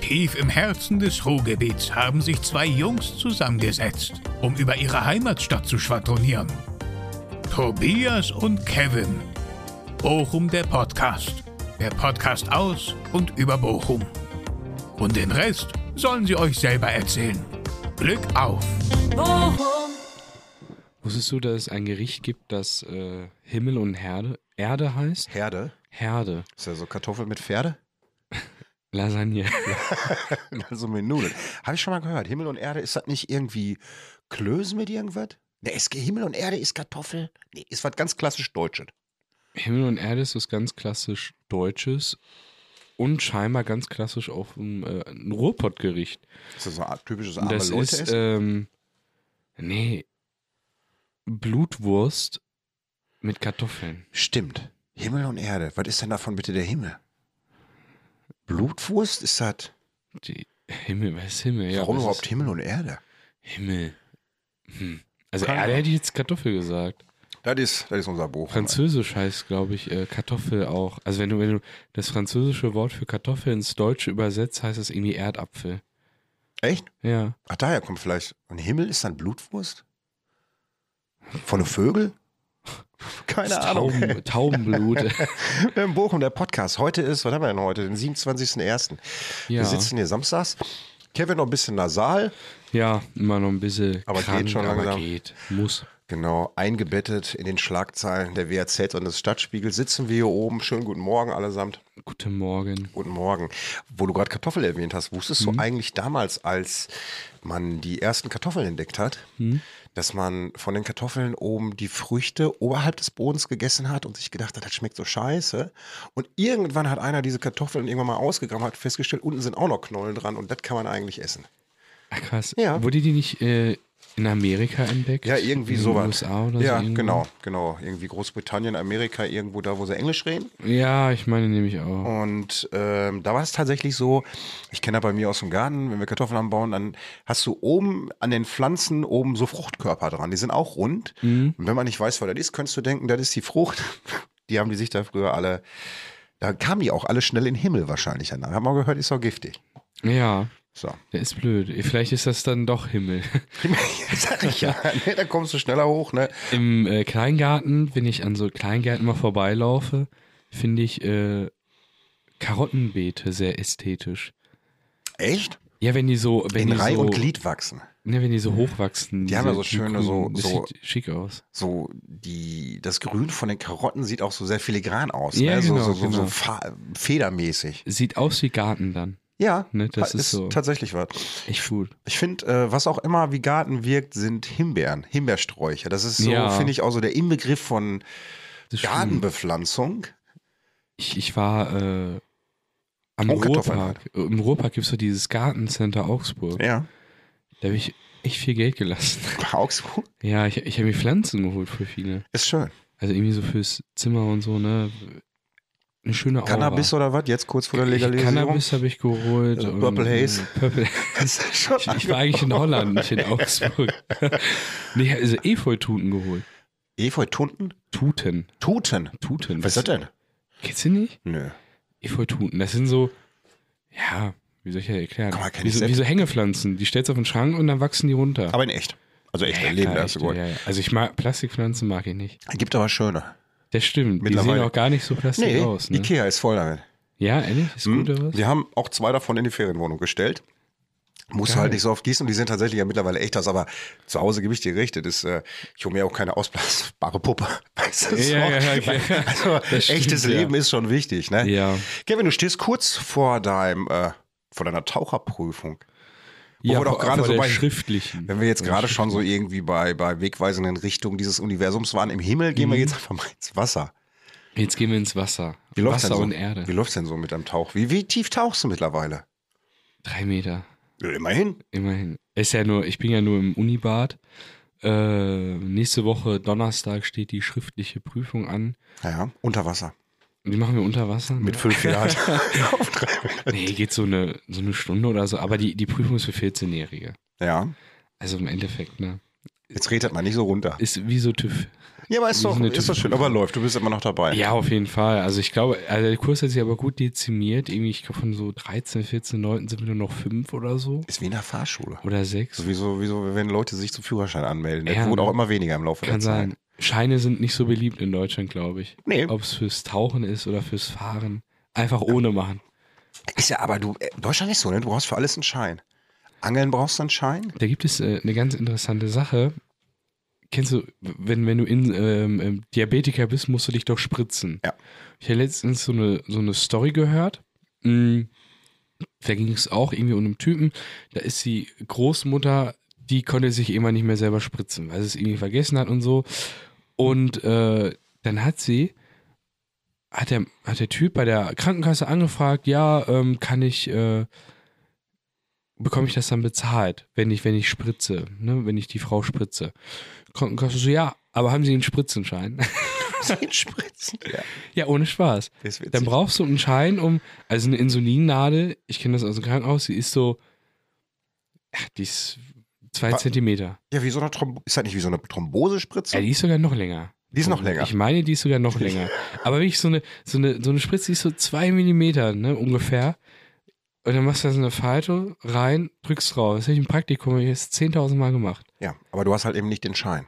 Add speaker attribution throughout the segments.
Speaker 1: Tief im Herzen des Ruhrgebiets haben sich zwei Jungs zusammengesetzt, um über ihre Heimatstadt zu schwadronieren. Tobias und Kevin. Bochum der Podcast. Der Podcast aus und über Bochum. Und den Rest sollen sie euch selber erzählen. Glück auf!
Speaker 2: Wusstest du, dass es ein Gericht gibt, das äh, Himmel und Herde, Erde heißt?
Speaker 3: Herde?
Speaker 2: Herde.
Speaker 3: Ist ja so Kartoffeln mit Pferde?
Speaker 2: Lasagne.
Speaker 3: also mit Nudeln. Habe ich schon mal gehört. Himmel und Erde, ist das nicht irgendwie Klößen mit irgendwas? Ne, ist Himmel und Erde ist Kartoffel. Nee, ist was ganz klassisch Deutsches.
Speaker 2: Himmel und Erde ist was ganz klassisch Deutsches und scheinbar ganz klassisch auf dem, äh, ein Ruhrpottgericht.
Speaker 3: Ist das so ein typisches arme
Speaker 2: das
Speaker 3: Leute
Speaker 2: ist, ähm, nee, Blutwurst mit Kartoffeln.
Speaker 3: Stimmt. Himmel und Erde. Was ist denn davon bitte der Himmel? Blutwurst ist das.
Speaker 2: Die, Himmel, was ist Himmel? Ja,
Speaker 3: Warum
Speaker 2: was
Speaker 3: überhaupt
Speaker 2: ist
Speaker 3: Himmel und Erde?
Speaker 2: Himmel? Hm. Also
Speaker 3: Keine
Speaker 2: Erde
Speaker 3: Ahnung.
Speaker 2: hätte ich jetzt Kartoffel gesagt.
Speaker 3: Das ist, das ist unser Buch.
Speaker 2: Französisch heißt, glaube ich, äh, Kartoffel auch. Also wenn du, wenn du das französische Wort für Kartoffel ins Deutsche übersetzt, heißt es irgendwie Erdapfel.
Speaker 3: Echt?
Speaker 2: Ja.
Speaker 3: Ach, daher kommt vielleicht. Und Himmel ist dann Blutwurst? Von einem Vögel? Keine
Speaker 2: Das
Speaker 3: Ahnung.
Speaker 2: Tauben, Taubenblut.
Speaker 3: Wir in Bochum, der Podcast. Heute ist, was haben wir denn heute? Den 27.01.
Speaker 2: ja.
Speaker 3: Wir sitzen hier samstags. Kevin noch ein bisschen nasal,
Speaker 2: ja, immer noch ein bisschen
Speaker 3: Aber geht
Speaker 2: krank,
Speaker 3: schon
Speaker 2: aber
Speaker 3: langsam.
Speaker 2: geht. Muss.
Speaker 3: genau, eingebettet in den Schlagzeilen der WAZ und des Stadtspiegels. Sitzen wir hier oben. Schönen guten Morgen allesamt.
Speaker 2: Guten Morgen.
Speaker 3: Guten Morgen. Wo du gerade Kartoffel erwähnt hast, wusstest
Speaker 2: Mhm.
Speaker 3: du eigentlich damals, als man die ersten Kartoffeln entdeckt hat,
Speaker 2: Mhm.
Speaker 3: dass man von den Kartoffeln oben die Früchte oberhalb des Bodens gegessen hat und sich gedacht hat, das schmeckt so scheiße. Und irgendwann hat einer diese Kartoffeln irgendwann mal ausgegraben, hat festgestellt, unten sind auch noch Knollen dran und das kann man eigentlich essen.
Speaker 2: Ach, krass.
Speaker 3: Ja.
Speaker 2: Wurde die nicht äh, in Amerika entdeckt?
Speaker 3: Ja, irgendwie
Speaker 2: in
Speaker 3: sowas.
Speaker 2: Den USA oder
Speaker 3: ja,
Speaker 2: so? irgendwo?
Speaker 3: genau, genau. Irgendwie Großbritannien, Amerika, irgendwo da, wo sie Englisch reden.
Speaker 2: Ja, ich meine nämlich auch.
Speaker 3: Oh. Und ähm, da war es tatsächlich so, ich kenne das bei mir aus dem Garten, wenn wir Kartoffeln anbauen, dann hast du oben an den Pflanzen oben so Fruchtkörper dran. Die sind auch rund.
Speaker 2: Hm?
Speaker 3: Und wenn man nicht weiß, was das ist, könntest du denken, das ist die Frucht. Die haben die sich da früher alle, da kamen die auch alle schnell in den Himmel wahrscheinlich an. Haben wir gehört, ist auch giftig.
Speaker 2: Ja,
Speaker 3: So.
Speaker 2: der ist blöd. Vielleicht ist das dann doch Himmel.
Speaker 3: Sag ich ja. Ne, da kommst du schneller hoch, ne?
Speaker 2: Im äh, Kleingarten, wenn ich an so Kleingärten mal vorbeilaufe, finde ich äh, Karottenbeete sehr ästhetisch.
Speaker 3: Echt?
Speaker 2: Ja, wenn die so, wenn
Speaker 3: In
Speaker 2: die
Speaker 3: Reihe
Speaker 2: so,
Speaker 3: und Glied wachsen.
Speaker 2: Ja, wenn die so hochwachsen.
Speaker 3: Die haben ja so schöne, so-
Speaker 2: das
Speaker 3: so-
Speaker 2: sieht schick aus.
Speaker 3: so die, das Grün von den Karotten sieht auch so sehr filigran aus,
Speaker 2: Ja,
Speaker 3: ne? so,
Speaker 2: genau,
Speaker 3: so, so,
Speaker 2: genau.
Speaker 3: so fa- federmäßig.
Speaker 2: Sieht aus wie Garten dann.
Speaker 3: Ja,
Speaker 2: Ne, das
Speaker 3: ta-
Speaker 2: ist so.
Speaker 3: tatsächlich was.
Speaker 2: Echt gut.
Speaker 3: Ich finde, äh, was auch immer wie Garten wirkt, sind Himbeeren, Himbeersträucher. Das ist so,
Speaker 2: Ja.
Speaker 3: finde ich, auch so der Inbegriff von
Speaker 2: Das stimmt.
Speaker 3: Gartenbepflanzung.
Speaker 2: Ich, ich war äh, am
Speaker 3: Oh, Kartoffeln
Speaker 2: Ruhrpark. Im Ruhrpark gibt es so dieses Gartencenter Augsburg.
Speaker 3: Ja.
Speaker 2: Da habe ich echt viel Geld gelassen.
Speaker 3: Augsburg
Speaker 2: Ja, ich, ich habe mir Pflanzen geholt für viele.
Speaker 3: ist schön.
Speaker 2: Also irgendwie so fürs Zimmer und so, ne? Eine schöne Aura.
Speaker 3: Cannabis oder was? Jetzt kurz vor der
Speaker 2: Ich-
Speaker 3: Legalisierung?
Speaker 2: Cannabis habe ich geholt.
Speaker 3: Also
Speaker 2: und- äh,
Speaker 3: Purple Haze.
Speaker 2: Purple
Speaker 3: Das ist schon
Speaker 2: Ich, ich war eigentlich in Holland, nicht in Augsburg. nee, also Efeututen geholt.
Speaker 3: Efeu-Tunten?
Speaker 2: Tuten.
Speaker 3: Tuten.
Speaker 2: Tuten.
Speaker 3: Was ist das denn?
Speaker 2: Kennst du nicht?
Speaker 3: Nö.
Speaker 2: Efeututen. Das sind so, ja, wie soll ich das erklären?
Speaker 3: Guck mal, kenn
Speaker 2: wie,
Speaker 3: ich
Speaker 2: so, wie
Speaker 3: selbst.
Speaker 2: so Hängepflanzen. Die stellst du auf den Schrank und dann wachsen die runter.
Speaker 3: Aber in echt. Also echt,
Speaker 2: ja,
Speaker 3: Leben,
Speaker 2: klar,
Speaker 3: da hast du
Speaker 2: echte,
Speaker 3: gut.
Speaker 2: ja, ja. Also ich mag Plastikpflanzen mag ich nicht.
Speaker 3: Gibt aber schöne.
Speaker 2: Das stimmt. Die sehen
Speaker 3: Mittlerweile.
Speaker 2: auch gar nicht so plastik
Speaker 3: Nee,
Speaker 2: aus. Ne?
Speaker 3: Ikea Hm? ist voll damit.
Speaker 2: Ja, ehrlich? Ist gut oder was?
Speaker 3: Wir haben auch zwei davon in die Ferienwohnung gestellt. Muss
Speaker 2: Geil.
Speaker 3: halt nicht so oft gießen und die sind tatsächlich ja mittlerweile echt aus, aber zu Hause gebe ich dir recht, das ist, äh, ich hole mir auch keine ausblasbare Puppe. Weißt du,
Speaker 2: Ja, ja, okay.
Speaker 3: Also
Speaker 2: Das stimmt,
Speaker 3: echtes
Speaker 2: ja.
Speaker 3: Leben ist schon wichtig, ne?
Speaker 2: Ja.
Speaker 3: Kevin, du stehst kurz vor deinem, äh, vor deiner Taucherprüfung.
Speaker 2: Ja,
Speaker 3: wir doch
Speaker 2: vor-
Speaker 3: gerade
Speaker 2: vor
Speaker 3: so
Speaker 2: der
Speaker 3: bei-
Speaker 2: schriftlichen.
Speaker 3: Wenn wir jetzt
Speaker 2: Vor der
Speaker 3: gerade schon so irgendwie bei, bei wegweisenden Richtungen dieses Universums waren im Himmel,
Speaker 2: Mhm.
Speaker 3: gehen wir jetzt einfach mal ins Wasser.
Speaker 2: schriftlichen. Jetzt gehen wir ins Wasser.
Speaker 3: Wie läuft's
Speaker 2: Wasser
Speaker 3: denn so?
Speaker 2: und Erde.
Speaker 3: Wie läuft's denn so mit deinem Tauch? Wie, wie tief tauchst du mittlerweile?
Speaker 2: Drei Meter.
Speaker 3: Ja, immerhin.
Speaker 2: Immerhin. Ist ja nur, ich bin ja nur im Unibad. Äh, nächste Woche Donnerstag steht die schriftliche Prüfung an.
Speaker 3: Naja, unter Wasser.
Speaker 2: Und Die machen wir unter Wasser.
Speaker 3: Mit
Speaker 2: ne?
Speaker 3: fünf Jahren. Auf drei Meter.
Speaker 2: Nee, geht so eine, so eine Stunde oder so. Aber die, die Prüfung ist für 14-Jährige.
Speaker 3: Ja,
Speaker 2: Also im Endeffekt, ne?
Speaker 3: jetzt redet man nicht so runter.
Speaker 2: Ist wie so TÜV.
Speaker 3: Ja, aber ist
Speaker 2: Wir
Speaker 3: doch,
Speaker 2: sind eine
Speaker 3: ist doch schön. Aber läuft, du bist immer noch dabei.
Speaker 2: Ja, auf jeden Fall. Also ich glaube, also der Kurs hat sich aber gut dezimiert. Irgendwie, ich glaube, von so 13, 14 Leuten sind wir nur noch fünf oder so.
Speaker 3: Ist wie in der Fahrschule.
Speaker 2: Oder sechs.
Speaker 3: So wie, so, wie so, wenn Leute sich zum Führerschein anmelden.
Speaker 2: Ja,
Speaker 3: Der wurde
Speaker 2: ne?
Speaker 3: auch immer weniger im Laufe
Speaker 2: Kann
Speaker 3: der Zeit.
Speaker 2: sein. Scheine sind nicht so beliebt in Deutschland, glaube ich.
Speaker 3: Nee.
Speaker 2: Ob es fürs Tauchen ist oder fürs Fahren. Einfach ohne machen.
Speaker 3: Ist ja, aber du, äh, Deutschland ist so, ne? Du brauchst für alles einen Schein. Angeln brauchst du einen Schein?
Speaker 2: Da gibt es äh, eine ganz interessante Sache. Kennst du, wenn, wenn du in, ähm, ähm, Diabetiker bist, musst du dich doch spritzen.
Speaker 3: Ja.
Speaker 2: Ich habe letztens so eine, so eine Story gehört. Mm, Da ging es auch irgendwie um einen Typen. Da ist die Großmutter, die konnte sich immer nicht mehr selber spritzen, weil sie es irgendwie vergessen hat und so. Und äh, dann hat sie, hat der, hat der Typ bei der Krankenkasse angefragt, ja, ähm, kann ich, äh, bekomme ich das dann bezahlt, wenn ich, wenn ich spritze, ne, wenn ich die Frau spritze. Krankenkasse so, ja, aber haben sie einen Spritzenschein?
Speaker 3: Den Spritzen. Ja,
Speaker 2: ja, ohne Spaß.
Speaker 3: das ist
Speaker 2: Dann brauchst du einen Schein, um, also eine Insulinnadel, ich kenne das aus dem Krankenhaus, die ist so, ach, die ist zwei
Speaker 3: Wa-
Speaker 2: Zentimeter.
Speaker 3: ja wie so eine Throm ist das nicht wie so eine Thrombosespritze?
Speaker 2: Ja, die ist sogar noch länger.
Speaker 3: Die ist noch länger.
Speaker 2: Ich meine, die ist sogar noch länger. Aber wirklich so eine, so eine, so eine Spritze, die ist so zwei Millimeter, ne, ungefähr. Und dann machst du da so eine Falte rein, drückst drauf. Das habe ich im Praktikum jetzt 10.000 Mal gemacht.
Speaker 3: ja, aber du hast halt eben nicht den Schein.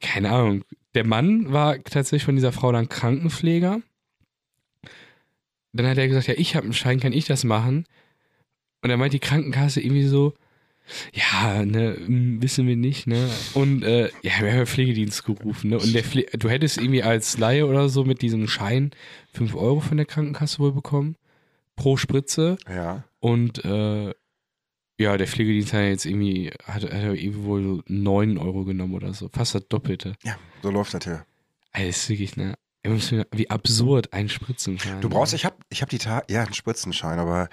Speaker 2: keine Ahnung. Der Mann war tatsächlich von dieser Frau dann Krankenpfleger. Dann hat er gesagt, ja, ich habe einen Schein, kann ich das machen? Und dann meint die Krankenkasse irgendwie so, ja, ne, hm, wissen wir nicht, ne? Und äh, ja, wir haben ja Pflegedienst gerufen, ne? Und der Pfle du hättest irgendwie als Laie oder so mit diesem Schein 5 Euro von der Krankenkasse wohl bekommen. Pro Spritze.
Speaker 3: Ja.
Speaker 2: Und äh, ja, der Pflegedienst hat jetzt irgendwie, hat, hat er irgendwie wohl so 9 Euro genommen oder so. Fast das Doppelte.
Speaker 3: Ja, so läuft das hier.
Speaker 2: Ey, das ist wirklich, ne? Ey, wir müssen- Wie absurd ein Spritzen kann.
Speaker 3: Du brauchst, ich habe ich hab die Tage, ja, einen Spritzenschein, aber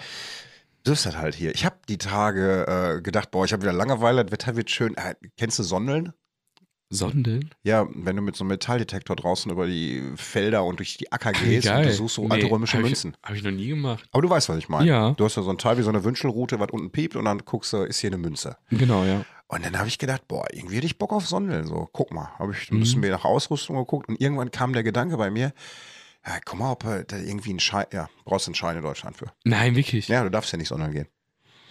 Speaker 3: so ist das halt hier. Ich habe die Tage äh, gedacht, boah, ich habe wieder Langeweile, das Wetter wird schön. Äh, kennst du Sondeln?
Speaker 2: Sonden?
Speaker 3: Ja, wenn du mit so einem Metalldetektor draußen über die Felder und durch die Acker
Speaker 2: Ach,
Speaker 3: gehst
Speaker 2: geil.
Speaker 3: und du suchst so alte
Speaker 2: Nee,
Speaker 3: römische
Speaker 2: hab ich-
Speaker 3: Münzen.
Speaker 2: Hab ich noch nie gemacht.
Speaker 3: Aber du weißt, was ich meine.
Speaker 2: Ja.
Speaker 3: Du hast ja so ein Teil wie so eine Wünschelrute, was unten piept und dann guckst du, ist hier eine Münze.
Speaker 2: Genau, ja.
Speaker 3: Und dann habe ich gedacht, boah, irgendwie hätte ich Bock auf Sondeln. So, guck mal, habe ich ein
Speaker 2: Mhm.
Speaker 3: bisschen mir nach Ausrüstung geguckt und irgendwann kam der Gedanke bei mir, ja, guck mal, ob äh, da irgendwie ein Schein, ja, brauchst einen Schein in Deutschland für.
Speaker 2: Nein, wirklich.
Speaker 3: Ja, du darfst ja nicht sondeln gehen.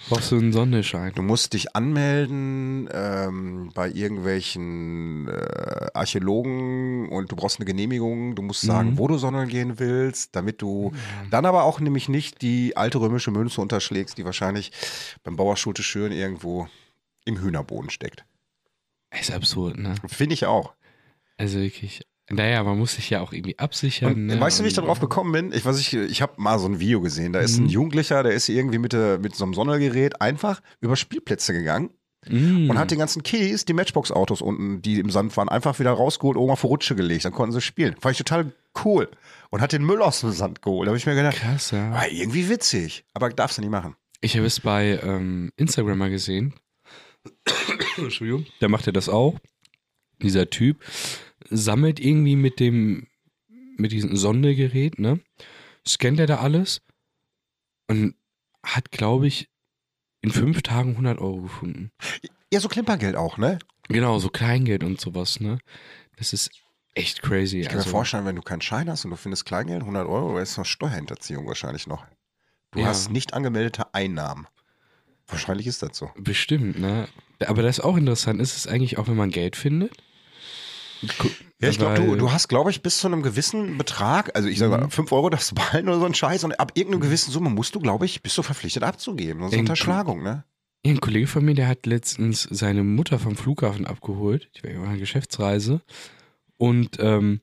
Speaker 2: Brauchst du einen Sonderschein?
Speaker 3: Du musst dich anmelden ähm, bei irgendwelchen äh, Archäologen und du brauchst eine Genehmigung. Du musst sagen, wo du sondeln gehen willst, damit du dann aber auch nämlich nicht die alte römische Münze unterschlägst, die wahrscheinlich beim Bauerschulte Schön irgendwo im Hühnerboden steckt.
Speaker 2: Ey, Ist absurd, ne?
Speaker 3: Finde ich auch.
Speaker 2: Also wirklich. Naja, man muss sich ja auch irgendwie absichern.
Speaker 3: Und,
Speaker 2: ne?
Speaker 3: weißt du, wie ich
Speaker 2: Und-
Speaker 3: darauf gekommen bin? Ich weiß, ich, ich habe mal so ein Video gesehen. Da ist ein Jugendlicher, der ist irgendwie mit, der- mit so einem Sondergerät einfach über Spielplätze gegangen
Speaker 2: Mm.
Speaker 3: und hat den ganzen Keys, die Matchbox-Autos unten, die im Sand waren, einfach wieder rausgeholt, oben auf die Rutsche gelegt. Dann konnten sie spielen. Fand ich total cool. Und hat den Müll aus dem Sand geholt. Da habe ich mir gedacht,
Speaker 2: Krass, ja.
Speaker 3: ah, irgendwie witzig. Aber darfst du nicht machen.
Speaker 2: Ich habe es bei ähm, Instagram mal gesehen. Entschuldigung. Da macht er das auch. Dieser Typ sammelt irgendwie mit dem, mit diesem Sondergerät, ne? Scannt er da alles und hat, glaube ich, in fünf Tagen 100 Euro gefunden.
Speaker 3: Ja, so Klimpergeld auch, ne?
Speaker 2: Genau, so Kleingeld und sowas, ne? Das ist echt crazy. also
Speaker 3: Ich kann mir vorstellen, wenn du keinen Schein hast und du findest Kleingeld, 100 Euro, ist noch Steuerhinterziehung wahrscheinlich noch. Du
Speaker 2: Ja.
Speaker 3: hast nicht angemeldete Einnahmen. Wahrscheinlich ist das so.
Speaker 2: Bestimmt, ne? Aber das auch interessant ist, ist eigentlich auch, wenn man Geld findet.
Speaker 3: Ja, ich glaube, du,
Speaker 2: Weil- Mhm.
Speaker 3: du hast, glaube ich, bis zu einem gewissen Betrag, also ich sage mal, 5 Euro darfst du behalten oder so ein Scheiß und ab irgendeiner gewissen Summe musst du, glaube ich, bist du verpflichtet abzugeben. Sonst
Speaker 2: Ey,
Speaker 3: Unterschlagung, ne?
Speaker 2: Ja, Ein Kollege von mir, der hat letztens seine Mutter vom Flughafen abgeholt. Die war auf einer Geschäftsreise. Und ähm,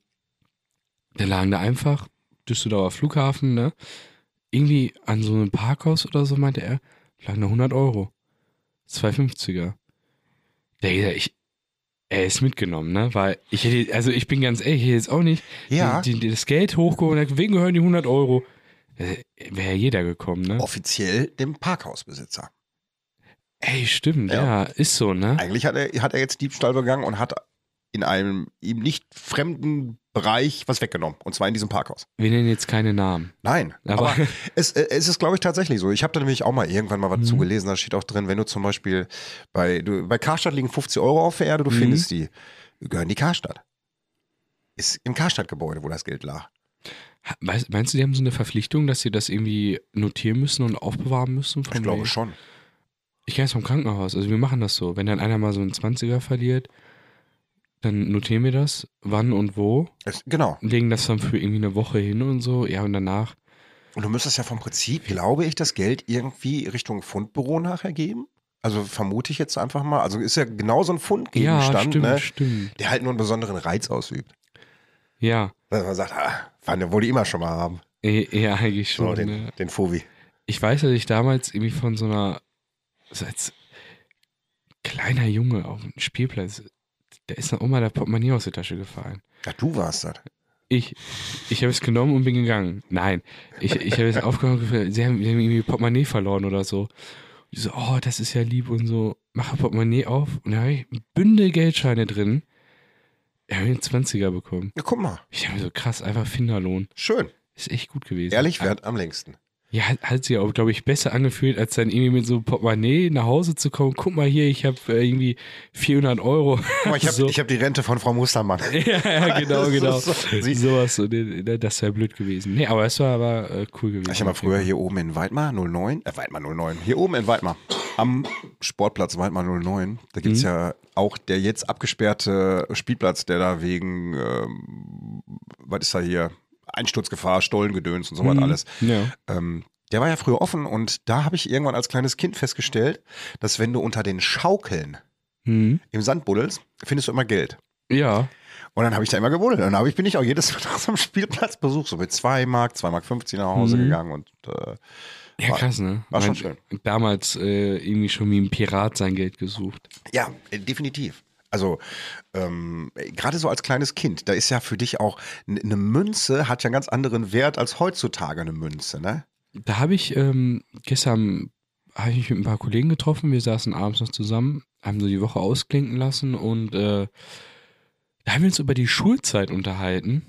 Speaker 2: da lagen da einfach, Düsseldorfer Flughafen, ne? Irgendwie an so einem Parkhaus oder so, meinte er, lagen da 100 Euro. 250er. Der gesagt, ich, er ist mitgenommen, ne? Weil ich hätte, also ich bin ganz ehrlich, ich hätte jetzt auch nicht
Speaker 3: Ja.
Speaker 2: die, die, das Geld hochgeholt und gesagt, wem gehören die 100 Euro? Äh, Wäre ja jeder gekommen, ne?
Speaker 3: Oh. Offiziell dem Parkhausbesitzer.
Speaker 2: Ey, stimmt, ja.
Speaker 3: Ja.
Speaker 2: ist so, ne?
Speaker 3: Eigentlich hat er, hat er jetzt Diebstahl begangen und hat in einem ihm nicht fremden Bereich was weggenommen. Und zwar in diesem Parkhaus.
Speaker 2: Wir nennen jetzt keine Namen.
Speaker 3: Nein,
Speaker 2: Aber-
Speaker 3: aber, es, äh, es ist, glaube ich, tatsächlich so. Ich habe da nämlich auch mal irgendwann
Speaker 2: Mhm.
Speaker 3: mal was zugelesen. Da steht auch drin, wenn du zum
Speaker 2: Mhm.
Speaker 3: Beispiel bei, du, bei Karstadt liegen 50 Euro auf der Erde, du findest die, gehören die Karstadt. ist im Karstadt-Gebäude, wo das Geld lag.
Speaker 2: Ha- Weißt, meinst du, die haben so eine Verpflichtung, dass sie das irgendwie notieren müssen und aufbewahren müssen?
Speaker 3: Ich
Speaker 2: von
Speaker 3: glaube
Speaker 2: wegen?
Speaker 3: schon.
Speaker 2: Ich kenne es vom Krankenhaus. Also wir machen das so. Wenn dann einer mal so einen 20er verliert, dann notieren wir das, wann und wo,
Speaker 3: Es, genau.
Speaker 2: legen das dann für irgendwie eine Woche hin und so. Ja, und danach.
Speaker 3: Und du müsstest ja vom Prinzip, glaube ich, das Geld irgendwie Richtung Fundbüro nachher geben. Also vermute ich jetzt einfach mal. Also ist ja genau so ein Fundgegenstand,
Speaker 2: ja, stimmt,
Speaker 3: ne,
Speaker 2: stimmt.
Speaker 3: der halt nur einen besonderen Reiz ausübt.
Speaker 2: Ja,
Speaker 3: Weil man sagt, ah, fand, den wollte ich immer schon mal haben.
Speaker 2: eh, ja, eigentlich
Speaker 3: So,
Speaker 2: schon.
Speaker 3: den,
Speaker 2: ne?
Speaker 3: den Fovi.
Speaker 2: Ich weiß, dass ich damals irgendwie von so einer, so als kleiner Junge auf dem Spielplatz, da ist dann auch mal der Portemonnaie aus der Tasche gefallen.
Speaker 3: Ja, du warst das.
Speaker 2: Ich, ich habe es genommen und bin gegangen. Nein, ich, ich habe es aufgenommen, und gefragt, sie haben, sie haben irgendwie Portemonnaie verloren oder so. Ich so, oh, das ist ja lieb und so. Mache Portemonnaie auf und da habe ich ein Bündel Geldscheine drin. Ich habe einen 20er bekommen.
Speaker 3: Ja, guck mal.
Speaker 2: Ich habe so krass, einfach Finderlohn.
Speaker 3: Schön.
Speaker 2: Ist echt gut gewesen.
Speaker 3: Ehrlich wert am längsten.
Speaker 2: Ja, hat, hat sich auch, glaube ich, besser angefühlt, als dann irgendwie mit so einem Portemonnaie nach Hause zu kommen. Guck mal hier, ich habe äh, irgendwie 400 Euro.
Speaker 3: Guck mal, ich habe
Speaker 2: So.
Speaker 3: hab die Rente von Frau Mustermann.
Speaker 2: ja, ja, genau,
Speaker 3: Das ist
Speaker 2: genau.
Speaker 3: so- Sie-
Speaker 2: Sowas, so, nee, nee, das wäre blöd gewesen. Nee, aber es war aber äh, cool gewesen.
Speaker 3: Ich habe mal früher hier oben in Weidmar 09, äh, Weidmar 09, hier oben in Weidmar, am Sportplatz Weidmar 09, da gibt es
Speaker 2: Mhm.
Speaker 3: ja auch der jetzt abgesperrte Spielplatz, der da wegen, ähm, was ist da hier, Einsturzgefahr, Stollengedöns und so
Speaker 2: Mhm.
Speaker 3: was alles.
Speaker 2: Hm, Ja.
Speaker 3: Ähm, der war ja früher offen und da habe ich irgendwann als kleines Kind festgestellt, dass wenn du unter den Schaukeln
Speaker 2: Hm.
Speaker 3: im Sand buddelst, findest du immer Geld.
Speaker 2: Ja.
Speaker 3: Und dann habe ich da immer gebuddelt. Und dann hab ich, bin ich auch jedes Mal zum Spielplatzbesuch so mit 2 Mark, 2 Mark 15 nach Hause
Speaker 2: Mhm.
Speaker 3: gegangen und äh,
Speaker 2: Ja, krass, ne?
Speaker 3: War schon
Speaker 2: Mein-
Speaker 3: schön.
Speaker 2: Damals äh, irgendwie schon wie ein Pirat sein Geld gesucht.
Speaker 3: Ja, äh, definitiv. Also ähm, gerade so als kleines Kind, da ist ja für dich auch n- eine Münze hat ja einen ganz anderen Wert als heutzutage eine Münze, ne?
Speaker 2: Da habe ich ähm, gestern habe ich mich mit ein paar Kollegen getroffen. Wir saßen abends noch zusammen, haben so die Woche ausklinken lassen und äh, da haben wir uns über die Schulzeit unterhalten.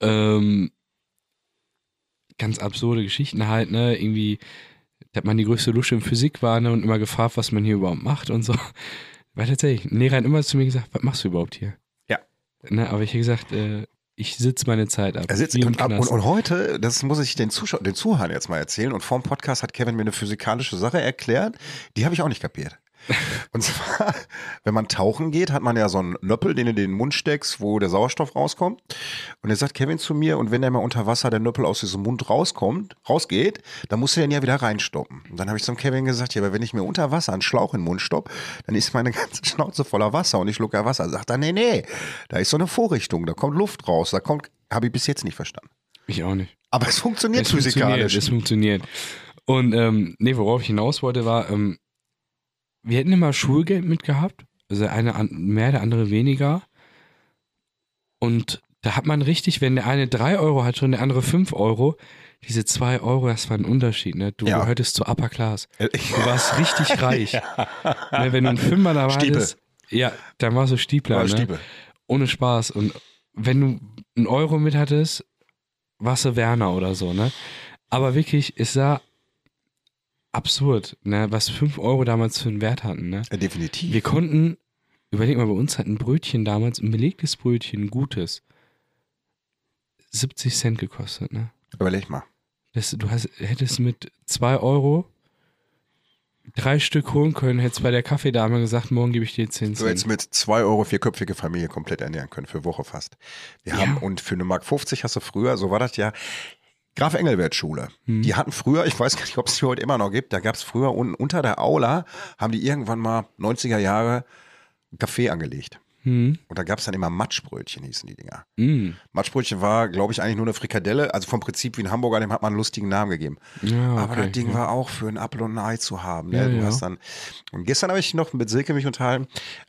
Speaker 2: Ähm, ganz absurde Geschichten halt, ne? Irgendwie, dass man die größte Lusche in Physik war ne? und immer gefragt, was man hier überhaupt macht und so. Weil tatsächlich, ein Lehrer hat immer zu mir gesagt, was machst du überhaupt hier?
Speaker 3: Ja.
Speaker 2: Ne, aber ich habe gesagt, äh, ich sitze meine Zeit ab.
Speaker 3: Er sitzt
Speaker 2: Hier im
Speaker 3: und, ab- und,
Speaker 2: Knast.
Speaker 3: und heute, das muss ich den, Zuschau den Zuhörern jetzt mal erzählen, und vorm Podcast hat Kevin mir eine physikalische Sache erklärt, die habe ich auch nicht kapiert. Und zwar, wenn man tauchen geht, hat man ja so einen Nöppel, den du in den Mund steckst, wo der Sauerstoff rauskommt. Und jetzt sagt Kevin zu mir, und wenn der mal unter Wasser der Nöppel aus diesem Mund rauskommt, rausgeht, dann musst du den ja wieder reinstoppen. Und dann habe ich zum Kevin gesagt, ja, aber wenn ich mir unter Wasser einen Schlauch in den Mund stopp, dann ist meine ganze Schnauze voller Wasser und ich schluck ja Wasser. Sagt er, nee, nee, da ist so eine Vorrichtung, da kommt Luft raus, da kommt, habe ich bis jetzt nicht verstanden.
Speaker 2: ich auch nicht.
Speaker 3: Aber es funktioniert
Speaker 2: Es
Speaker 3: physikalisch.
Speaker 2: Funktioniert, es funktioniert. Und ähm, nee, worauf ich hinaus wollte, war, ähm, wir hätten immer Schulgeld mitgehabt. Also der eine an- mehr, der andere weniger. Und da hat man richtig, wenn der eine 3 Euro hatte und der andere 5 Euro, diese 2 Euro, das war ein Unterschied. Ne? Du
Speaker 3: Ja. Äh,
Speaker 2: gehörtest zur Upper Class.
Speaker 3: Ich-
Speaker 2: Du warst richtig reich. ne, wenn du ein Fünfer da
Speaker 3: Stiebe.
Speaker 2: warst, ja, dann warst du Stiebler.
Speaker 3: War
Speaker 2: ne?
Speaker 3: Stiebe.
Speaker 2: ohne Spaß. Und wenn du einen Euro mit hattest, warst du Werner oder so, ne? Aber wirklich, es sah absurd, ne? Was 5 Euro damals für einen Wert hatten, ne?
Speaker 3: Ja, äh, definitiv.
Speaker 2: Wir konnten, überleg mal, bei uns hat ein Brötchen damals, ein belegtes Brötchen, ein gutes, 70 Cent gekostet, ne?
Speaker 3: Überleg mal.
Speaker 2: Das, du hast, hättest mit 2 Euro drei Stück holen können, hättest bei der Kaffeedame gesagt, morgen gebe ich dir 10
Speaker 3: Du hättest
Speaker 2: Cent.
Speaker 3: mit 2 Euro vierköpfige Familie komplett ernähren können, für Woche fast. Wir haben,
Speaker 2: Ja.
Speaker 3: und für eine Mark 50 hast du früher, so war das ja, Graf Engelbert Schule.
Speaker 2: Hm.
Speaker 3: Die hatten früher, ich weiß gar nicht, ob es die heute immer noch gibt, da gab es früher unten unter der Aula, haben die irgendwann mal 90er Jahre einen Café angelegt.
Speaker 2: Hm?
Speaker 3: Und da gab es dann immer Matschbrötchen, hießen die Dinger.
Speaker 2: Mm.
Speaker 3: Matschbrötchen war, glaube ich, eigentlich nur eine Frikadelle, also vom Prinzip wie ein Hamburger, dem hat man einen lustigen Namen gegeben.
Speaker 2: Ja, Ah, okay.
Speaker 3: Aber das Ding war auch für ein Apfel und ein Ei zu haben. Ne?
Speaker 2: Ja,
Speaker 3: du
Speaker 2: ja.
Speaker 3: hast dann. Und gestern habe ich noch mit Silke mich unterhalten,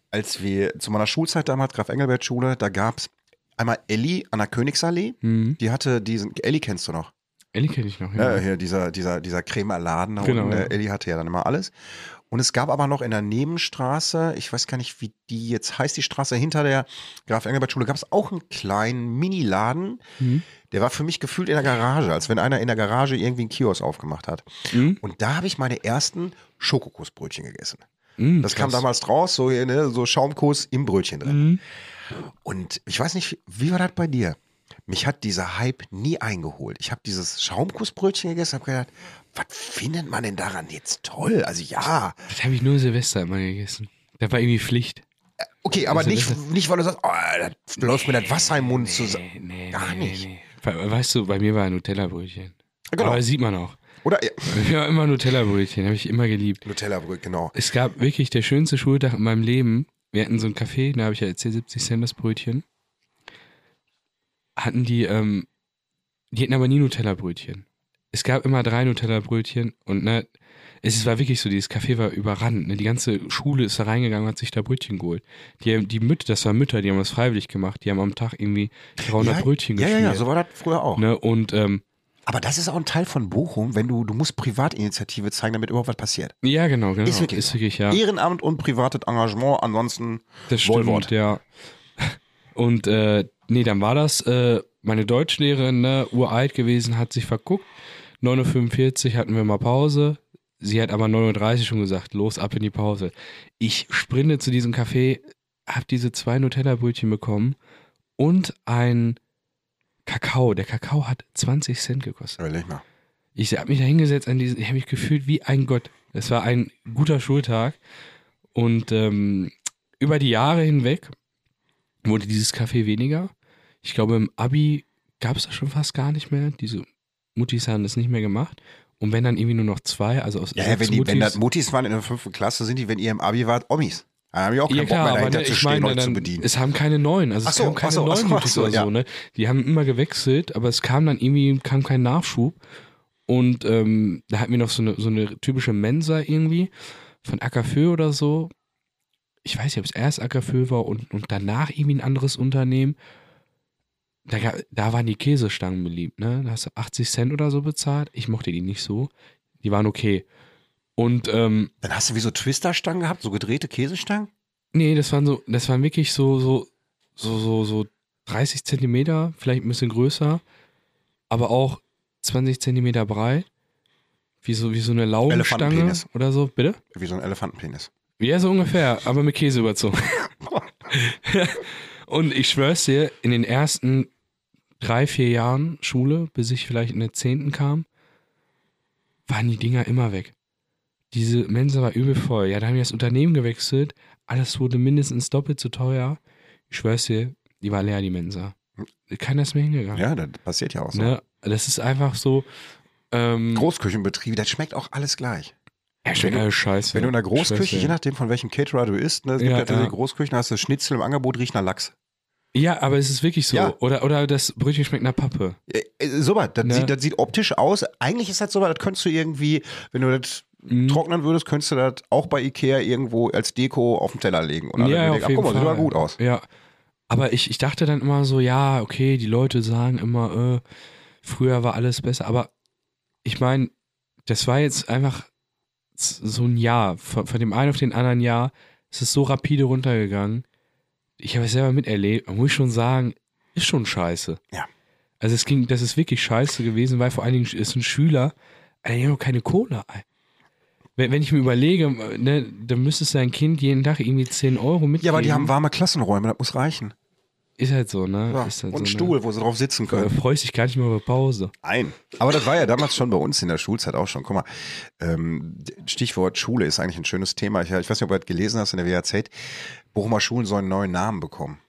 Speaker 3: als wir zu meiner Schulzeit damals, Graf Engelbert Schule, da gab es einmal Elli an der Königsallee.
Speaker 2: Mhm.
Speaker 3: Die hatte diesen, Elli kennst du noch,
Speaker 2: Ellie kenne ich noch, ja.
Speaker 3: ne? Hier, dieser, dieser, dieser Cremer Laden da
Speaker 2: Mhm. Genau,
Speaker 3: unten.
Speaker 2: ja.
Speaker 3: der Elli hatte ja dann immer alles. Und es gab aber noch in der Nebenstraße, ich weiß gar nicht, wie die jetzt heißt, die Straße hinter der Graf Engelbert Schule, gab es auch einen kleinen Mini-Laden.
Speaker 2: Mhm.
Speaker 3: Der war für mich gefühlt in der Garage, als wenn einer in der Garage irgendwie einen Kiosk aufgemacht hat.
Speaker 2: Mhm.
Speaker 3: Und da habe ich meine ersten Schokokussbrötchen gegessen.
Speaker 2: Mhm,
Speaker 3: Das kam
Speaker 2: krass.
Speaker 3: damals raus, so, ne, so Schaumkuss im Brötchen drin.
Speaker 2: Mhm.
Speaker 3: Und ich weiß nicht, wie war das bei dir? Mich hat dieser Hype nie eingeholt. Ich habe dieses Schaumkussbrötchen gegessen, habe gedacht, was findet man denn daran jetzt toll? Also ja,
Speaker 2: Das habe ich nur Silvester immer gegessen. Da war irgendwie Pflicht.
Speaker 3: okay, aber
Speaker 2: Also
Speaker 3: nicht,
Speaker 2: das ist-
Speaker 3: nicht, weil du sagst, oh, da läuft mir das Wasser im Mund zusammen. Gar nicht.
Speaker 2: We- Weißt du, bei mir war ein Nutella-Brötchen.
Speaker 3: Genau.
Speaker 2: Aber das sieht man auch.
Speaker 3: Oder ja,
Speaker 2: Bei mir war immer Nutella-Brötchen, habe ich immer geliebt.
Speaker 3: Nutella-Brot, genau.
Speaker 2: Es gab wirklich der schönste Schultag in meinem Leben. Wir hatten so ein Café, da habe ich ja erzählt, 70 Cent das Brötchen. Hatten die, ähm, die hatten aber nie Nutella-Brötchen. Es gab immer drei Nutella-Brötchen und ne, es war wirklich so, dieses Café war überrannt. Ne? Die ganze Schule ist da reingegangen und hat sich da Brötchen geholt. Die, haben- die Mütter, das waren Mütter, die haben das freiwillig gemacht. Die haben am Tag irgendwie 300
Speaker 3: ja,
Speaker 2: Brötchen
Speaker 3: ja, ja,
Speaker 2: geschmiert.
Speaker 3: ja, so war das früher auch.
Speaker 2: ne? Und ähm,
Speaker 3: Aber das ist auch ein Teil von Bochum, wenn du, du musst Privatinitiative zeigen, damit überhaupt was passiert.
Speaker 2: ja, genau, genau.
Speaker 3: Ist wirklich so.
Speaker 2: ja.
Speaker 3: Ehrenamt und privates Engagement, ansonsten
Speaker 2: Das stimmt,
Speaker 3: Wohlwort.
Speaker 2: ja. Und äh, nee, dann war das äh, meine Deutschlehrerin, ne, uralt gewesen, hat sich verguckt. 9.45 Uhr hatten wir mal Pause. Sie hat aber 9.30 Uhr schon gesagt, los, ab in die Pause. Ich sprinte zu diesem Café, hab diese zwei Nutella-Brötchen bekommen und ein Kakao. Der Kakao hat 20 Cent gekostet.
Speaker 3: Überleg mal.
Speaker 2: Ich habe mich da hingesetzt, an diesen, ich habe mich gefühlt wie ein Gott. Es war ein guter Schultag. Und ähm, über die Jahre hinweg wurde dieses Café weniger. Ich glaube, im Abi gab es das schon fast gar nicht mehr. Diese Muttis haben das nicht mehr gemacht. Und wenn dann irgendwie nur noch zwei, also aus
Speaker 3: Ja,
Speaker 2: sechs
Speaker 3: wenn, die, wenn das
Speaker 2: Muttis.
Speaker 3: Mutis waren in der fünften Klasse, sind die, wenn ihr im Abi wart, Omis. Da habe ich auch keinen
Speaker 2: ja
Speaker 3: Bock
Speaker 2: klar,
Speaker 3: mehr
Speaker 2: aber
Speaker 3: dahinter
Speaker 2: ne,
Speaker 3: zu
Speaker 2: ich
Speaker 3: stehen
Speaker 2: meine,
Speaker 3: und zu
Speaker 2: dann,
Speaker 3: bedienen.
Speaker 2: es haben keine neuen, also
Speaker 3: Ach
Speaker 2: es
Speaker 3: so,
Speaker 2: kamen keine
Speaker 3: ach so, ach so,
Speaker 2: neuen
Speaker 3: ach
Speaker 2: Muttis
Speaker 3: so,
Speaker 2: oder
Speaker 3: ja.
Speaker 2: so, ne? Die haben immer gewechselt, aber es kam dann irgendwie, kam kein Nachschub. Und ähm, da hatten wir noch so eine, so eine typische Mensa irgendwie von Ackerfö oder so. Ich weiß nicht, ob es erst Ackerfö war und, und danach irgendwie ein anderes Unternehmen. Da, ga- da waren die Käsestangen beliebt, ne? Da hast du 80 Cent oder so bezahlt. Ich mochte die nicht so. Die waren okay. Und ähm,
Speaker 3: Dann hast du wie so Twisterstangen gehabt, so gedrehte Käsestangen?
Speaker 2: Nee, das waren so, das waren wirklich so, so, so, so, so 30 Zentimeter, vielleicht ein bisschen größer, aber auch 20 Zentimeter breit. Wie so, wie so eine Laugenstange
Speaker 3: Elefantenpenis.
Speaker 2: oder so, bitte?
Speaker 3: Wie so ein Elefantenpenis.
Speaker 2: Ja, so ungefähr, aber mit Käse überzogen. Und ich schwör's dir, in den ersten drei, vier Jahren Schule, bis ich vielleicht in der zehnten kam, waren die Dinger immer weg. Diese Mensa war übel voll. Ja, da haben wir das Unternehmen gewechselt. Alles wurde mindestens doppelt so teuer. Ich schwör's dir, die war leer, die Mensa. Keiner ist mehr hingegangen.
Speaker 3: Ja, das passiert ja auch so.
Speaker 2: ne? Das ist einfach so. Ähm,
Speaker 3: Großküchenbetriebe, das schmeckt auch alles gleich.
Speaker 2: ja, schmeckt
Speaker 3: wenn du-
Speaker 2: alles scheiße.
Speaker 3: Wenn du in der
Speaker 2: Schwör's
Speaker 3: Großküche,
Speaker 2: dir.
Speaker 3: je nachdem von welchem Caterer du isst, ne, es gibt
Speaker 2: Ja,
Speaker 3: ja, diese
Speaker 2: ja.
Speaker 3: Großküchen, hast du Schnitzel im Angebot, riecht nach Lachs.
Speaker 2: Ja, aber es ist wirklich so.
Speaker 3: Ja.
Speaker 2: Oder, oder das Brötchen schmeckt nach Pappe.
Speaker 3: Äh, äh, So was, das,
Speaker 2: Ne.
Speaker 3: sieht, das sieht optisch aus. Eigentlich ist das so was, das könntest du irgendwie, wenn du das
Speaker 2: Mhm.
Speaker 3: trocknen würdest, könntest du das auch bei Ikea irgendwo als Deko auf den Teller legen. Und alle
Speaker 2: Ja,
Speaker 3: würden
Speaker 2: auf
Speaker 3: denken, ach,
Speaker 2: jeden
Speaker 3: guck mal, sieht
Speaker 2: Fall.
Speaker 3: aber gut aus.
Speaker 2: Ja. Aber ich, ich dachte dann immer so, ja, okay, die Leute sagen immer, äh, früher war alles besser. Aber ich meine, das war jetzt einfach s- so ein Jahr. Von, von dem einen auf den anderen Jahr ist es so rapide runtergegangen. Ich habe es selber miterlebt. Man muss schon sagen, ist schon scheiße.
Speaker 3: Ja.
Speaker 2: Also es ging, das ist wirklich scheiße gewesen, weil vor allen Dingen ist ein Schüler, Alter, die haben doch keine Kohle. ey. Wenn, wenn ich mir überlege, ne, dann müsstest du dein Kind jeden Tag irgendwie 10 Euro mitgeben.
Speaker 3: Ja, aber die haben warme Klassenräume, das muss reichen.
Speaker 2: Ist halt so, ne?
Speaker 3: Ja.
Speaker 2: Ist halt
Speaker 3: und einen
Speaker 2: so,
Speaker 3: Stuhl, wo sie drauf sitzen
Speaker 2: Ne? Äh,
Speaker 3: können.
Speaker 2: Freust dich gar nicht mehr über Pause.
Speaker 3: Ein. Aber das war ja damals schon bei uns in der Schulzeit auch schon. Guck mal, ähm, Stichwort Schule ist eigentlich ein schönes Thema. Ich, ich weiß nicht, ob du das gelesen hast in der WAZ. Bochumer Schulen sollen einen neuen Namen bekommen.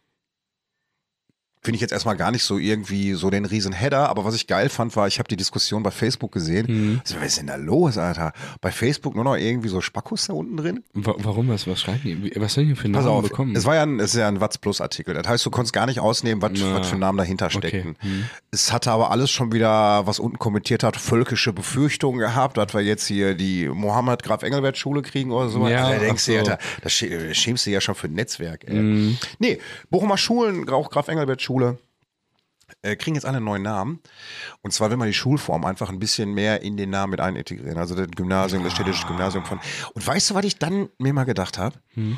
Speaker 3: Finde ich jetzt erstmal gar nicht so irgendwie so den riesen Header, aber was ich geil fand, war, ich habe die Diskussion bei Facebook gesehen.
Speaker 2: Hm.
Speaker 3: Also, was ist denn da los, Alter? Bei Facebook nur noch irgendwie so Spackos da unten drin?
Speaker 2: Wa warum? Was, was schreiben die? Wie- Was sollen die für einen
Speaker 3: Pass
Speaker 2: Namen
Speaker 3: auf,
Speaker 2: bekommen?
Speaker 3: es war ja ein, es ist ja ein Watz Plus Artikel. Das heißt, du konntest gar nicht ausnehmen, was,
Speaker 2: Na,
Speaker 3: was für Namen dahinter steckten.
Speaker 2: Hm.
Speaker 3: Es hatte aber alles schon wieder, was unten kommentiert hat, völkische Befürchtungen gehabt, dass wir jetzt hier die Mohammed Graf Engelbert Schule kriegen oder so.
Speaker 2: Ja,
Speaker 3: da denkst du,
Speaker 2: ach so.
Speaker 3: Alter, da schä- schämst du dich ja schon für ein Netzwerk. Ey.
Speaker 2: Mhm.
Speaker 3: Nee, Bochumer Schulen, auch Graf Engelbert Schule, äh, kriegen jetzt alle einen neuen Namen. Und zwar will man die Schulform einfach ein bisschen mehr in den Namen mit einintegrieren. Also das Gymnasium, das städtische Gymnasium von. Und weißt du, was ich dann mir mal gedacht habe?
Speaker 2: Hm.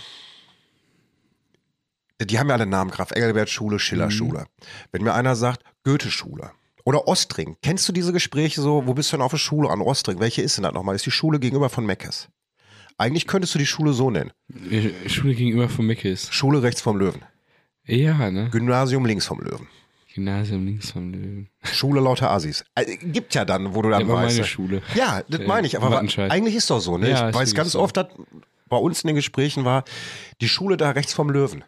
Speaker 3: Die haben ja alle Namen, Graf Engelbert Schule,
Speaker 2: Mhm.
Speaker 3: Schiller Schule. Wenn mir einer sagt, Goethe Schule. Oder Ostring. Kennst du diese Gespräche so, wo bist du denn auf der Schule an Ostring? Welche ist denn das nochmal? Ist die Schule gegenüber von Meckes? Eigentlich könntest du die Schule so nennen.
Speaker 2: Äh, Schule gegenüber von Mickes.
Speaker 3: Schule rechts vom Löwen.
Speaker 2: Ja, ne?
Speaker 3: Gymnasium links vom Löwen.
Speaker 2: Gymnasium links vom Löwen.
Speaker 3: Schule lauter Assis. Also, gibt ja dann, wo du dann
Speaker 2: Ja, war
Speaker 3: weißt.
Speaker 2: meine Schule.
Speaker 3: Ja, das
Speaker 2: Äh,
Speaker 3: meine ich. Aber wa-
Speaker 2: Wattenscheid.
Speaker 3: eigentlich ist doch so.
Speaker 2: Ja,
Speaker 3: Ne? ich
Speaker 2: ist
Speaker 3: weiß
Speaker 2: wirklich
Speaker 3: ganz
Speaker 2: so.
Speaker 3: oft, dass bei uns in den Gesprächen war, die Schule da rechts vom Löwen.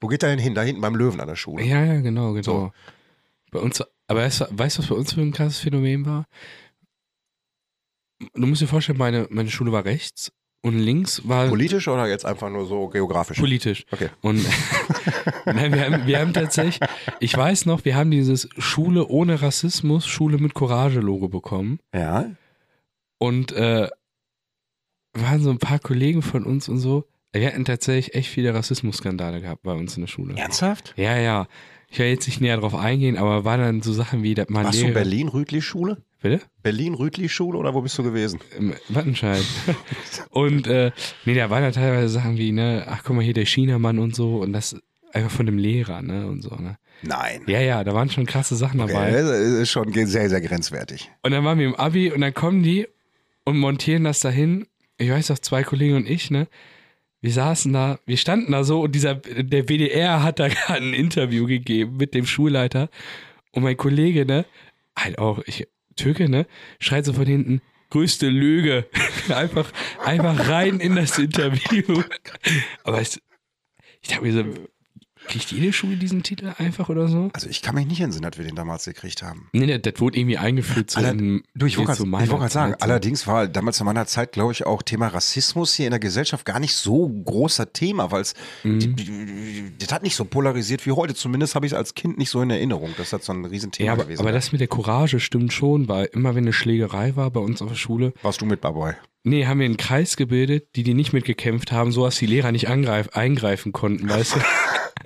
Speaker 3: Wo geht er denn hin? Da hinten beim Löwen an der Schule.
Speaker 2: Ja, ja, genau, genau.
Speaker 3: So.
Speaker 2: Bei uns, aber weißt du, weißt du, was bei uns für ein krasses Phänomen war? Du musst dir vorstellen, meine, meine Schule war rechts und links war
Speaker 3: Politisch oder jetzt einfach nur so geografisch?
Speaker 2: politisch.
Speaker 3: Okay.
Speaker 2: Und nein, wir, haben, wir haben tatsächlich, ich weiß noch, wir haben dieses Schule ohne Rassismus, Schule mit Courage-Logo bekommen.
Speaker 3: Ja.
Speaker 2: Und äh, waren so ein paar Kollegen von uns und so. Wir hatten tatsächlich echt viele Rassismusskandale gehabt bei uns in der Schule.
Speaker 3: Ernsthaft?
Speaker 2: Ja, ja. Ich will jetzt nicht näher drauf eingehen, aber war dann so Sachen wie, dass man
Speaker 3: Warst du
Speaker 2: Lehrer-
Speaker 3: Berlin-Rütli-Schule?
Speaker 2: Bitte?
Speaker 3: Berlin-Rütli-Schule oder wo bist du gewesen?
Speaker 2: Im Wattenscheid. und äh, nee, da waren da teilweise Sachen wie, ne, ach guck mal hier der Chinamann und so und das einfach von dem Lehrer, ne, und so, ne.
Speaker 3: Nein.
Speaker 2: Ja, ja, da waren schon krasse Sachen dabei.
Speaker 3: Okay, das ist schon ge- sehr, sehr grenzwertig.
Speaker 2: Und dann waren wir im Abi und dann kommen die und montieren das dahin. Ich weiß noch, zwei Kollegen und ich, ne? Wir saßen da, wir standen da so und dieser, der WDR hat da gerade ein Interview gegeben mit dem Schulleiter. Und mein Kollege, ne, halt auch, ich, Türke, ne, schreit so von hinten, größte Lüge. einfach, einfach rein in das Interview. Aber es, ich dachte mir so, kriegt jede Schule diesen Titel einfach oder so?
Speaker 3: Also ich kann mich nicht entsinnen, dass wir den damals gekriegt haben.
Speaker 2: Nee, nee, das wurde irgendwie eingeführt zu
Speaker 3: Aller-
Speaker 2: einem-
Speaker 3: Du, ich wollte
Speaker 2: zu
Speaker 3: gerade
Speaker 2: meiner
Speaker 3: wollt grad sagen,
Speaker 2: Zeit so.
Speaker 3: allerdings war damals zu meiner Zeit, glaube ich, auch Thema Rassismus hier in der Gesellschaft gar nicht so großer Thema, weil es
Speaker 2: Mhm.
Speaker 3: das hat nicht so polarisiert wie heute. Zumindest habe ich es als Kind nicht so in Erinnerung, dass das so ein Riesenthema
Speaker 2: Ja, aber,
Speaker 3: gewesen
Speaker 2: aber
Speaker 3: wäre.
Speaker 2: das mit der Courage stimmt schon, weil immer wenn eine Schlägerei war bei uns auf der Schule,
Speaker 3: Warst du mit dabei?
Speaker 2: nee, haben wir einen Kreis gebildet, die die nicht mitgekämpft haben, so dass die Lehrer nicht angreif eingreifen konnten, weißt du,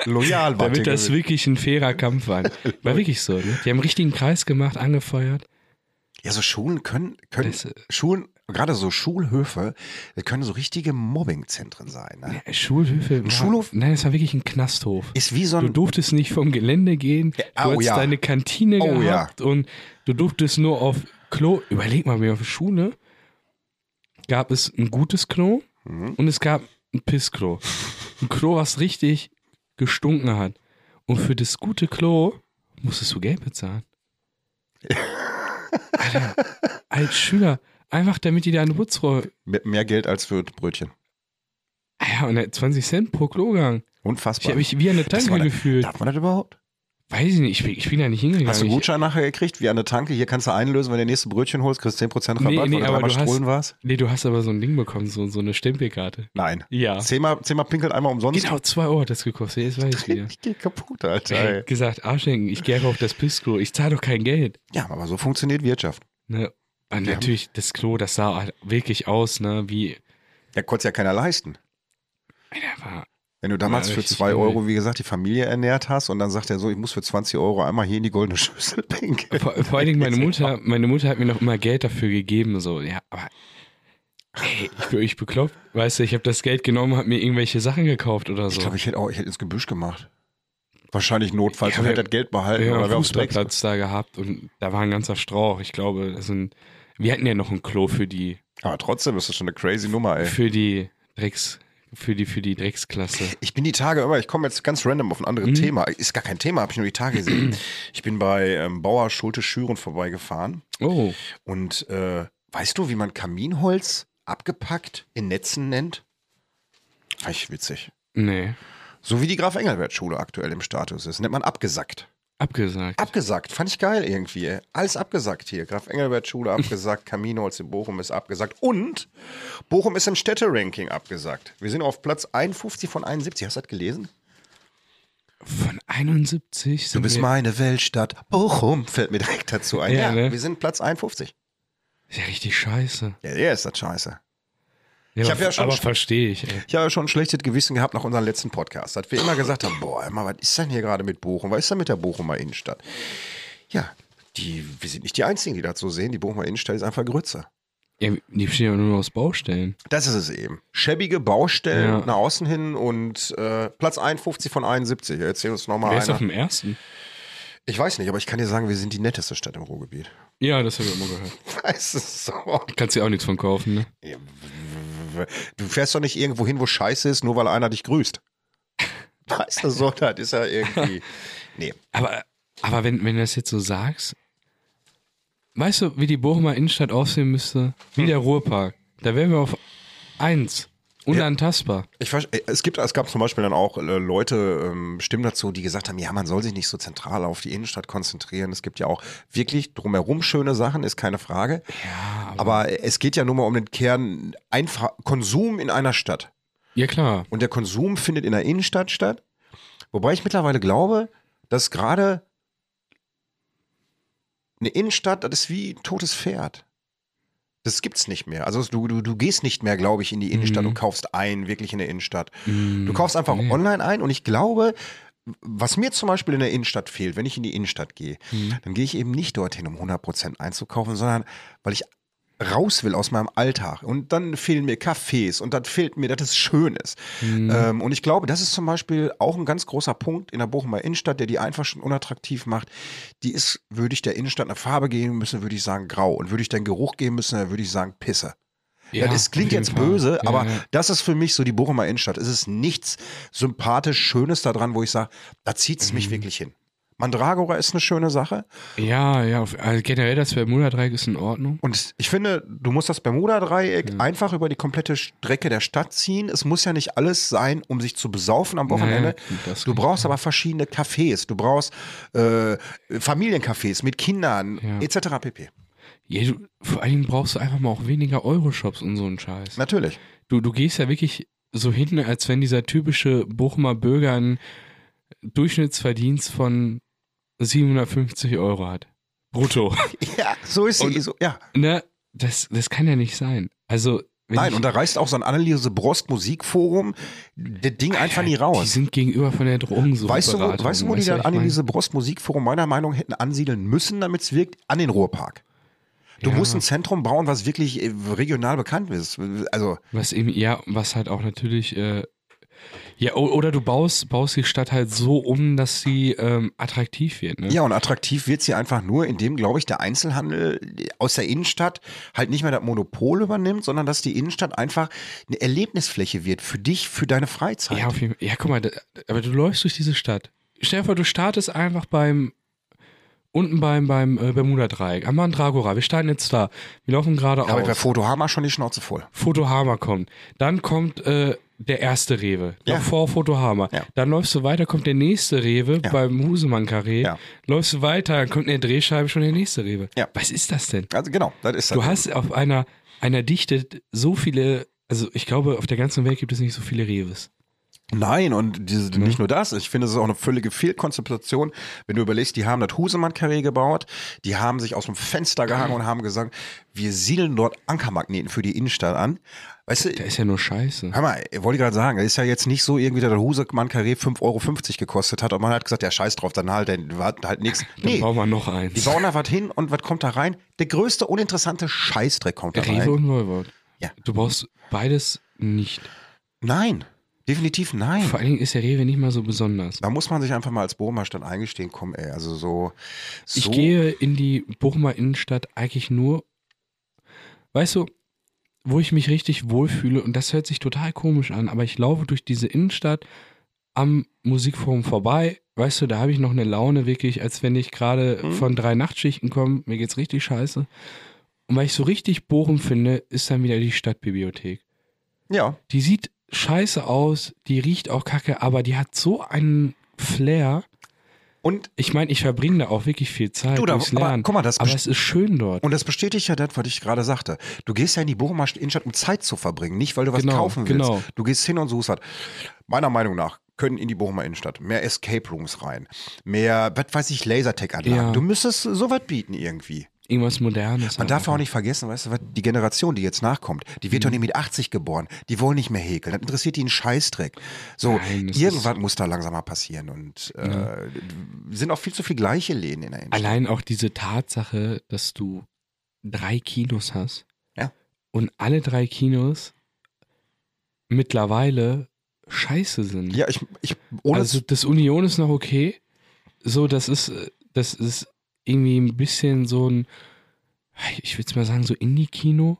Speaker 3: Loyal war
Speaker 2: damit das wirklich ein fairer Kampf war. War wirklich so, ne? Die haben einen richtigen Kreis gemacht, angefeuert.
Speaker 3: Ja, so Schulen können, können
Speaker 2: Das, äh,
Speaker 3: Schulen, gerade so Schulhöfe, das können so richtige Mobbingzentren sein. Ne?
Speaker 2: Schulhöfe. War,
Speaker 3: Schulhof?
Speaker 2: Nein, es war wirklich ein Knasthof.
Speaker 3: Ist wie so
Speaker 2: Du
Speaker 3: ein
Speaker 2: durftest nicht vom Gelände gehen,
Speaker 3: Ja,
Speaker 2: du
Speaker 3: oh
Speaker 2: hattest
Speaker 3: ja.
Speaker 2: deine Kantine
Speaker 3: Oh ja.
Speaker 2: gehabt und du durftest nur auf Klo. Überleg mal, wir auf der Schule gab es ein gutes Klo
Speaker 3: Mhm.
Speaker 2: und es gab ein Pissklo. Ein Klo, was richtig gestunken hat. Und für das gute Klo musstest du Geld bezahlen. Alter, als Schüler, einfach damit die da eine Putzrolle.
Speaker 3: mit mehr Geld als für ein Brötchen.
Speaker 2: Ah Ja, und dann 20 Cent pro Klogang. Ich
Speaker 3: Unfassbar.
Speaker 2: habe mich wie an der
Speaker 3: Das war
Speaker 2: Tanke
Speaker 3: der-
Speaker 2: gefühlt.
Speaker 3: Darf man das überhaupt?
Speaker 2: Weiß ich nicht, ich bin, ich bin da nicht hingegangen.
Speaker 3: Hast du einen
Speaker 2: Ich-
Speaker 3: Gutschein nachher gekriegt, wie an der Tanke? Hier kannst du einlösen, wenn du nächste Brötchen holst, kriegst du 10% Rabatt,
Speaker 2: Nee, nee,
Speaker 3: weil du
Speaker 2: aber
Speaker 3: dreimal
Speaker 2: du hast-
Speaker 3: Strohlen warst?
Speaker 2: Nee, du hast aber so ein Ding bekommen, so, so eine Stempelkarte.
Speaker 3: Nein.
Speaker 2: Ja.
Speaker 3: Zehnmal, zehnmal pinkelt einmal umsonst.
Speaker 2: Genau, 2 Euro hat das gekostet, jetzt weiß ich wieder.
Speaker 3: Ich geh kaputt, Alter.
Speaker 2: Ich
Speaker 3: ey.
Speaker 2: hab gesagt, Arschenken, ich gehe einfach auf das Pisco, ich zahle doch kein Geld.
Speaker 3: Ja, aber so funktioniert Wirtschaft.
Speaker 2: Ne? Und
Speaker 3: Ja.
Speaker 2: natürlich, das Klo, das sah halt wirklich aus, ne, wie,
Speaker 3: Da konnte ja keiner leisten.
Speaker 2: Alter, war,
Speaker 3: Wenn du damals
Speaker 2: Ja,
Speaker 3: für
Speaker 2: richtig
Speaker 3: 2
Speaker 2: übel.
Speaker 3: Euro, wie gesagt, die Familie ernährt hast und dann sagt er so, ich muss für 20 Euro einmal hier in die goldene Schüssel pinkeln.
Speaker 2: vor, vor allen Dingen meine Mutter, meine Mutter hat mir noch immer Geld dafür gegeben, so, ja, aber, ey, ich bin ich bekloppt, weißt du, ich habe das Geld genommen, habe mir irgendwelche Sachen gekauft oder
Speaker 3: Ich
Speaker 2: so.
Speaker 3: glaube, ich hätte auch, ich hätte ins Gebüsch gemacht. Wahrscheinlich notfalls,
Speaker 2: Ja,
Speaker 3: und
Speaker 2: wir-
Speaker 3: hätte das Geld behalten
Speaker 2: Wir haben
Speaker 3: oder
Speaker 2: einen
Speaker 3: wäre aufs Beck.
Speaker 2: Fußballplatz da gehabt und da war ein ganzer Strauch, ich glaube, das sind, wir hatten ja noch ein Klo für die
Speaker 3: Aber trotzdem ist das schon eine crazy Nummer, ey.
Speaker 2: für die Drecks für die für die Drecksklasse.
Speaker 3: Ich bin die Tage immer, ich komme jetzt ganz random auf ein anderes Thema. Ist gar kein Thema, habe ich nur die Tage gesehen. ich bin bei ähm, Bauer Schulte Schüren vorbeigefahren
Speaker 2: Oh,
Speaker 3: und äh, weißt du, wie man Kaminholz abgepackt in Netzen nennt? Fand ich witzig.
Speaker 2: nee,
Speaker 3: So wie die Graf Engelbert Schule aktuell im Status ist, nennt man abgesackt.
Speaker 2: abgesagt.
Speaker 3: Abgesackt, fand ich geil irgendwie. ey. Alles abgesackt hier. Graf Engelbert Schule abgesackt, Kaminholz in Bochum ist abgesackt und Bochum ist im Städteranking abgesackt. Wir sind auf Platz 51 von 71. Hast du das gelesen?
Speaker 2: Von 71
Speaker 3: Du
Speaker 2: sind
Speaker 3: bist
Speaker 2: wir,
Speaker 3: meine Weltstadt. Bochum fällt mir direkt dazu ein.
Speaker 2: Ja,
Speaker 3: Ja,
Speaker 2: ne?
Speaker 3: wir sind Platz 51.
Speaker 2: ist ja richtig scheiße.
Speaker 3: Ja, der ist das scheiße.
Speaker 2: Ja,
Speaker 3: Ich
Speaker 2: aber-
Speaker 3: hab ja schon-
Speaker 2: aber verstehe ich. Ey.
Speaker 3: Ich habe ja schon ein schlechtes Gewissen gehabt nach unserem letzten Podcast, dass wir immer gesagt haben, boah, Emma, was ist denn hier gerade mit Bochum? Was ist denn mit der Bochumer Innenstadt? Ja, die, wir sind nicht die Einzigen, die das so sehen. Die Bochumer Innenstadt ist einfach Grütze.
Speaker 2: Ja, die bestehen ja nur noch aus Baustellen.
Speaker 3: Das ist es eben. Schäbige Baustellen
Speaker 2: Ja.
Speaker 3: nach außen hin und äh, Platz 51 von 71. Erzähl uns nochmal
Speaker 2: Wer ist auf
Speaker 3: Ah, einer.
Speaker 2: dem ersten?
Speaker 3: Ich weiß nicht, aber ich kann dir sagen, wir sind die netteste Stadt im Ruhrgebiet.
Speaker 2: Ja, das habe ich immer gehört.
Speaker 3: Weißt du, so.
Speaker 2: Kannst dir auch nichts von kaufen, ne?
Speaker 3: Ja, w- w- w- Du fährst doch nicht irgendwo hin, wo Scheiße ist, nur weil einer dich grüßt. weiße Sorte hat, ist ja irgendwie. Nee.
Speaker 2: Aber, aber wenn, wenn du das jetzt so sagst, weißt du, wie die Bochumer Innenstadt aussehen müsste? Wie
Speaker 3: Hm.
Speaker 2: der Ruhrpark. Da wären wir auf eins. Unantastbar.
Speaker 3: Ich weiß, es, gibt, es gab zum Beispiel dann auch äh, Leute, ähm, Stimmen dazu, die gesagt haben, ja, man soll sich nicht so zentral auf die Innenstadt konzentrieren. Es gibt ja auch wirklich drumherum schöne Sachen, ist keine Frage. aber, es geht ja nur mal um den Kern einfach Konsum in einer Stadt.
Speaker 2: Ja, klar.
Speaker 3: Und der Konsum findet in der Innenstadt statt. Wobei ich mittlerweile glaube, dass gerade eine Innenstadt, das ist wie ein totes Pferd. Das gibt's nicht mehr. Also du, du, du gehst nicht mehr, glaube ich, in die Innenstadt und kaufst ein, wirklich in der Innenstadt.
Speaker 2: Hm. Mhm.
Speaker 3: Du kaufst einfach online ein und ich glaube, was mir zum Beispiel in der Innenstadt fehlt, wenn ich in die Innenstadt gehe, dann gehe ich eben nicht dorthin, um 100% einzukaufen, sondern weil ich raus will aus meinem Alltag und dann fehlen mir Cafés und dann fehlt mir, dass es schön ist.
Speaker 2: Hm. Mhm.
Speaker 3: Ähm, und ich glaube, das ist zum Beispiel auch ein ganz großer Punkt in der Bochumer Innenstadt, der die einfach schon unattraktiv macht. Die ist, würde ich der Innenstadt eine Farbe geben müssen, würde ich sagen grau und würde ich den Geruch geben müssen, dann würde ich sagen Pisse. Ja,
Speaker 2: Ja,
Speaker 3: das klingt
Speaker 2: auf jeden
Speaker 3: jetzt
Speaker 2: Fall.
Speaker 3: böse,
Speaker 2: Ja,
Speaker 3: aber
Speaker 2: ja.
Speaker 3: das ist für mich so die Bochumer Innenstadt. Es ist nichts sympathisch Schönes daran, wo ich sage, da zieht es
Speaker 2: Mhm.
Speaker 3: mich wirklich hin. Mandragora ist eine schöne Sache.
Speaker 2: Ja, ja. Auf, also generell das Bermuda-Dreieck ist in Ordnung.
Speaker 3: Und ich finde, du musst das Bermuda-Dreieck
Speaker 2: Mhm.
Speaker 3: einfach über die komplette Strecke der Stadt ziehen. Es muss ja nicht alles sein, um sich zu besaufen am Wochenende.
Speaker 2: Nee, das
Speaker 3: du brauchst aber verschiedene Cafés. Du brauchst äh, Familiencafés mit Kindern
Speaker 2: Ja.
Speaker 3: etc. pp.
Speaker 2: Ja, du, vor allen Dingen brauchst du einfach mal auch weniger Euroshops und so einen Scheiß.
Speaker 3: Natürlich.
Speaker 2: Du, du gehst ja wirklich so hin, als wenn dieser typische Bochumer Bürger einen Durchschnittsverdienst von 750 Euro hat. Brutto.
Speaker 3: Ja, so ist sie.
Speaker 2: Und-
Speaker 3: So, ja.
Speaker 2: ne? Das, das kann ja nicht sein. Also, wenn
Speaker 3: Nein,
Speaker 2: ich-
Speaker 3: und da reißt auch so ein Anneliese Brost Musikforum das Ding einfach nie
Speaker 2: Die
Speaker 3: raus.
Speaker 2: sind gegenüber von der Drogensucht.
Speaker 3: Weißt du, wo, weißt du, wo die dann Anneliese Brost Musikforum meiner Meinung nach hätten ansiedeln müssen, damit es wirkt? An den Ruhrpark. Du musst ein Zentrum bauen, was wirklich äh, regional bekannt ist. Also,
Speaker 2: Was eben, ja, was halt auch natürlich, äh, ja, o- oder du baust, baust die Stadt halt so um, dass sie ähm, attraktiv wird, ne?
Speaker 3: ja, und attraktiv wird sie einfach nur, indem, glaube ich, der Einzelhandel äh, aus der Innenstadt halt nicht mehr das Monopol übernimmt, sondern dass die Innenstadt einfach eine Erlebnisfläche wird für dich, für deine Freizeit.
Speaker 2: Ja, auf jeden Fall. Ja, guck mal, da, aber du läufst durch diese Stadt. Stell dir vor, du startest einfach beim unten beim beim äh, Bermuda-Dreieck, am Mandragora. Wir starten jetzt da. Wir laufen
Speaker 3: Aber bei
Speaker 2: geradeaus.
Speaker 3: Fotohama schon die Schnauze voll.
Speaker 2: Fotohama kommt. Dann kommt äh, der erste Rewe.
Speaker 3: Ja.
Speaker 2: Davor Fotohama.
Speaker 3: Ja.
Speaker 2: Dann läufst du weiter, kommt der nächste Rewe
Speaker 3: Ja.
Speaker 2: beim Husemann-Karree.
Speaker 3: Ja.
Speaker 2: Läufst du weiter, dann kommt eine Drehscheibe schon der nächste Rewe.
Speaker 3: Ja.
Speaker 2: Was ist das denn?
Speaker 3: Also genau, das ist
Speaker 2: Du
Speaker 3: das.
Speaker 2: hast auf einer, einer Dichte so viele, also ich glaube, auf der ganzen Welt gibt es nicht so viele Rewes.
Speaker 3: Nein, und diese,
Speaker 2: Mhm.
Speaker 3: nicht nur das. Ich finde, es ist auch eine völlige Fehlkonzeption, wenn du überlegst, die haben das Husemann-Karree gebaut, die haben sich aus dem Fenster gehangen und haben gesagt, wir siedeln dort Ankermagneten für die Innenstadt an. Weißt
Speaker 2: Da
Speaker 3: du,
Speaker 2: ist ja nur Scheiße.
Speaker 3: hör mal, wollte ich gerade sagen, es ist ja jetzt nicht so irgendwie, dass der Husemann-Karree 5,50 Euro gekostet hat und man hat gesagt, ja, scheiß drauf, dann halt, dann war halt nichts.
Speaker 2: Dann
Speaker 3: Nee,
Speaker 2: bauen wir noch
Speaker 3: die
Speaker 2: eins.
Speaker 3: bauen da was hin und was kommt da rein? Der größte uninteressante Scheißdreck kommt da
Speaker 2: Rewe
Speaker 3: rein.
Speaker 2: und Wolwort.
Speaker 3: Ja.
Speaker 2: Du brauchst beides nicht.
Speaker 3: Nein, definitiv nein.
Speaker 2: Vor allen Dingen ist der Rewe nicht mal so besonders.
Speaker 3: Da muss man sich einfach mal als Bochumer Stadt eingestehen, komm ey, also so. so
Speaker 2: Ich gehe in die Bochumer Innenstadt eigentlich nur, weißt du, wo ich mich richtig wohlfühle und das hört sich total komisch an, aber ich laufe durch diese Innenstadt am Musikforum vorbei, weißt du, da habe ich noch eine Laune wirklich, als wenn ich gerade
Speaker 3: Hm?
Speaker 2: von drei Nachtschichten komme, mir geht's richtig scheiße. Und weil ich so richtig Bochum finde, ist dann wieder die Stadtbibliothek.
Speaker 3: Ja,
Speaker 2: Die sieht scheiße aus, die riecht auch kacke, aber die hat so einen Flair.
Speaker 3: und,
Speaker 2: Ich meine, ich verbringe da auch wirklich viel Zeit
Speaker 3: Du, da-
Speaker 2: durchs
Speaker 3: aber
Speaker 2: Halt Lernen.
Speaker 3: guck mal, das
Speaker 2: aber
Speaker 3: best-
Speaker 2: es ist schön dort.
Speaker 3: und das bestätigt ja das, was ich gerade sagte. Du gehst ja in die Bochumer Innenstadt, um Zeit zu verbringen, nicht weil du was
Speaker 2: Genau,
Speaker 3: kaufen willst.
Speaker 2: genau.
Speaker 3: Du gehst hin und suchst was. Meiner Meinung nach können in die Bochumer Innenstadt mehr Escape Rooms rein, mehr, was weiß ich, Lasertech-Anlagen.
Speaker 2: Ja.
Speaker 3: Du müsstest so was bieten irgendwie.
Speaker 2: Irgendwas Modernes.
Speaker 3: Man darf ja auch nicht vergessen, weißt du, was die Generation, die jetzt nachkommt, die
Speaker 2: Mhm.
Speaker 3: wird doch nicht mit 80 geboren, die wollen nicht mehr häkeln, das interessiert die einen Scheißdreck. So,
Speaker 2: Nein, das
Speaker 3: irgendwas muss da langsam mal passieren und äh, sind auch viel zu viel gleiche Läden in der Innenstadt.
Speaker 2: Allein auch diese Tatsache, dass du drei Kinos hast.
Speaker 3: Ja.
Speaker 2: Und alle drei Kinos mittlerweile scheiße sind.
Speaker 3: Ja, ich, ich ohne
Speaker 2: also das Union ist noch okay. So, das ist, äh, das ist irgendwie ein bisschen so ein, ich würde es mal sagen, so Indie-Kino.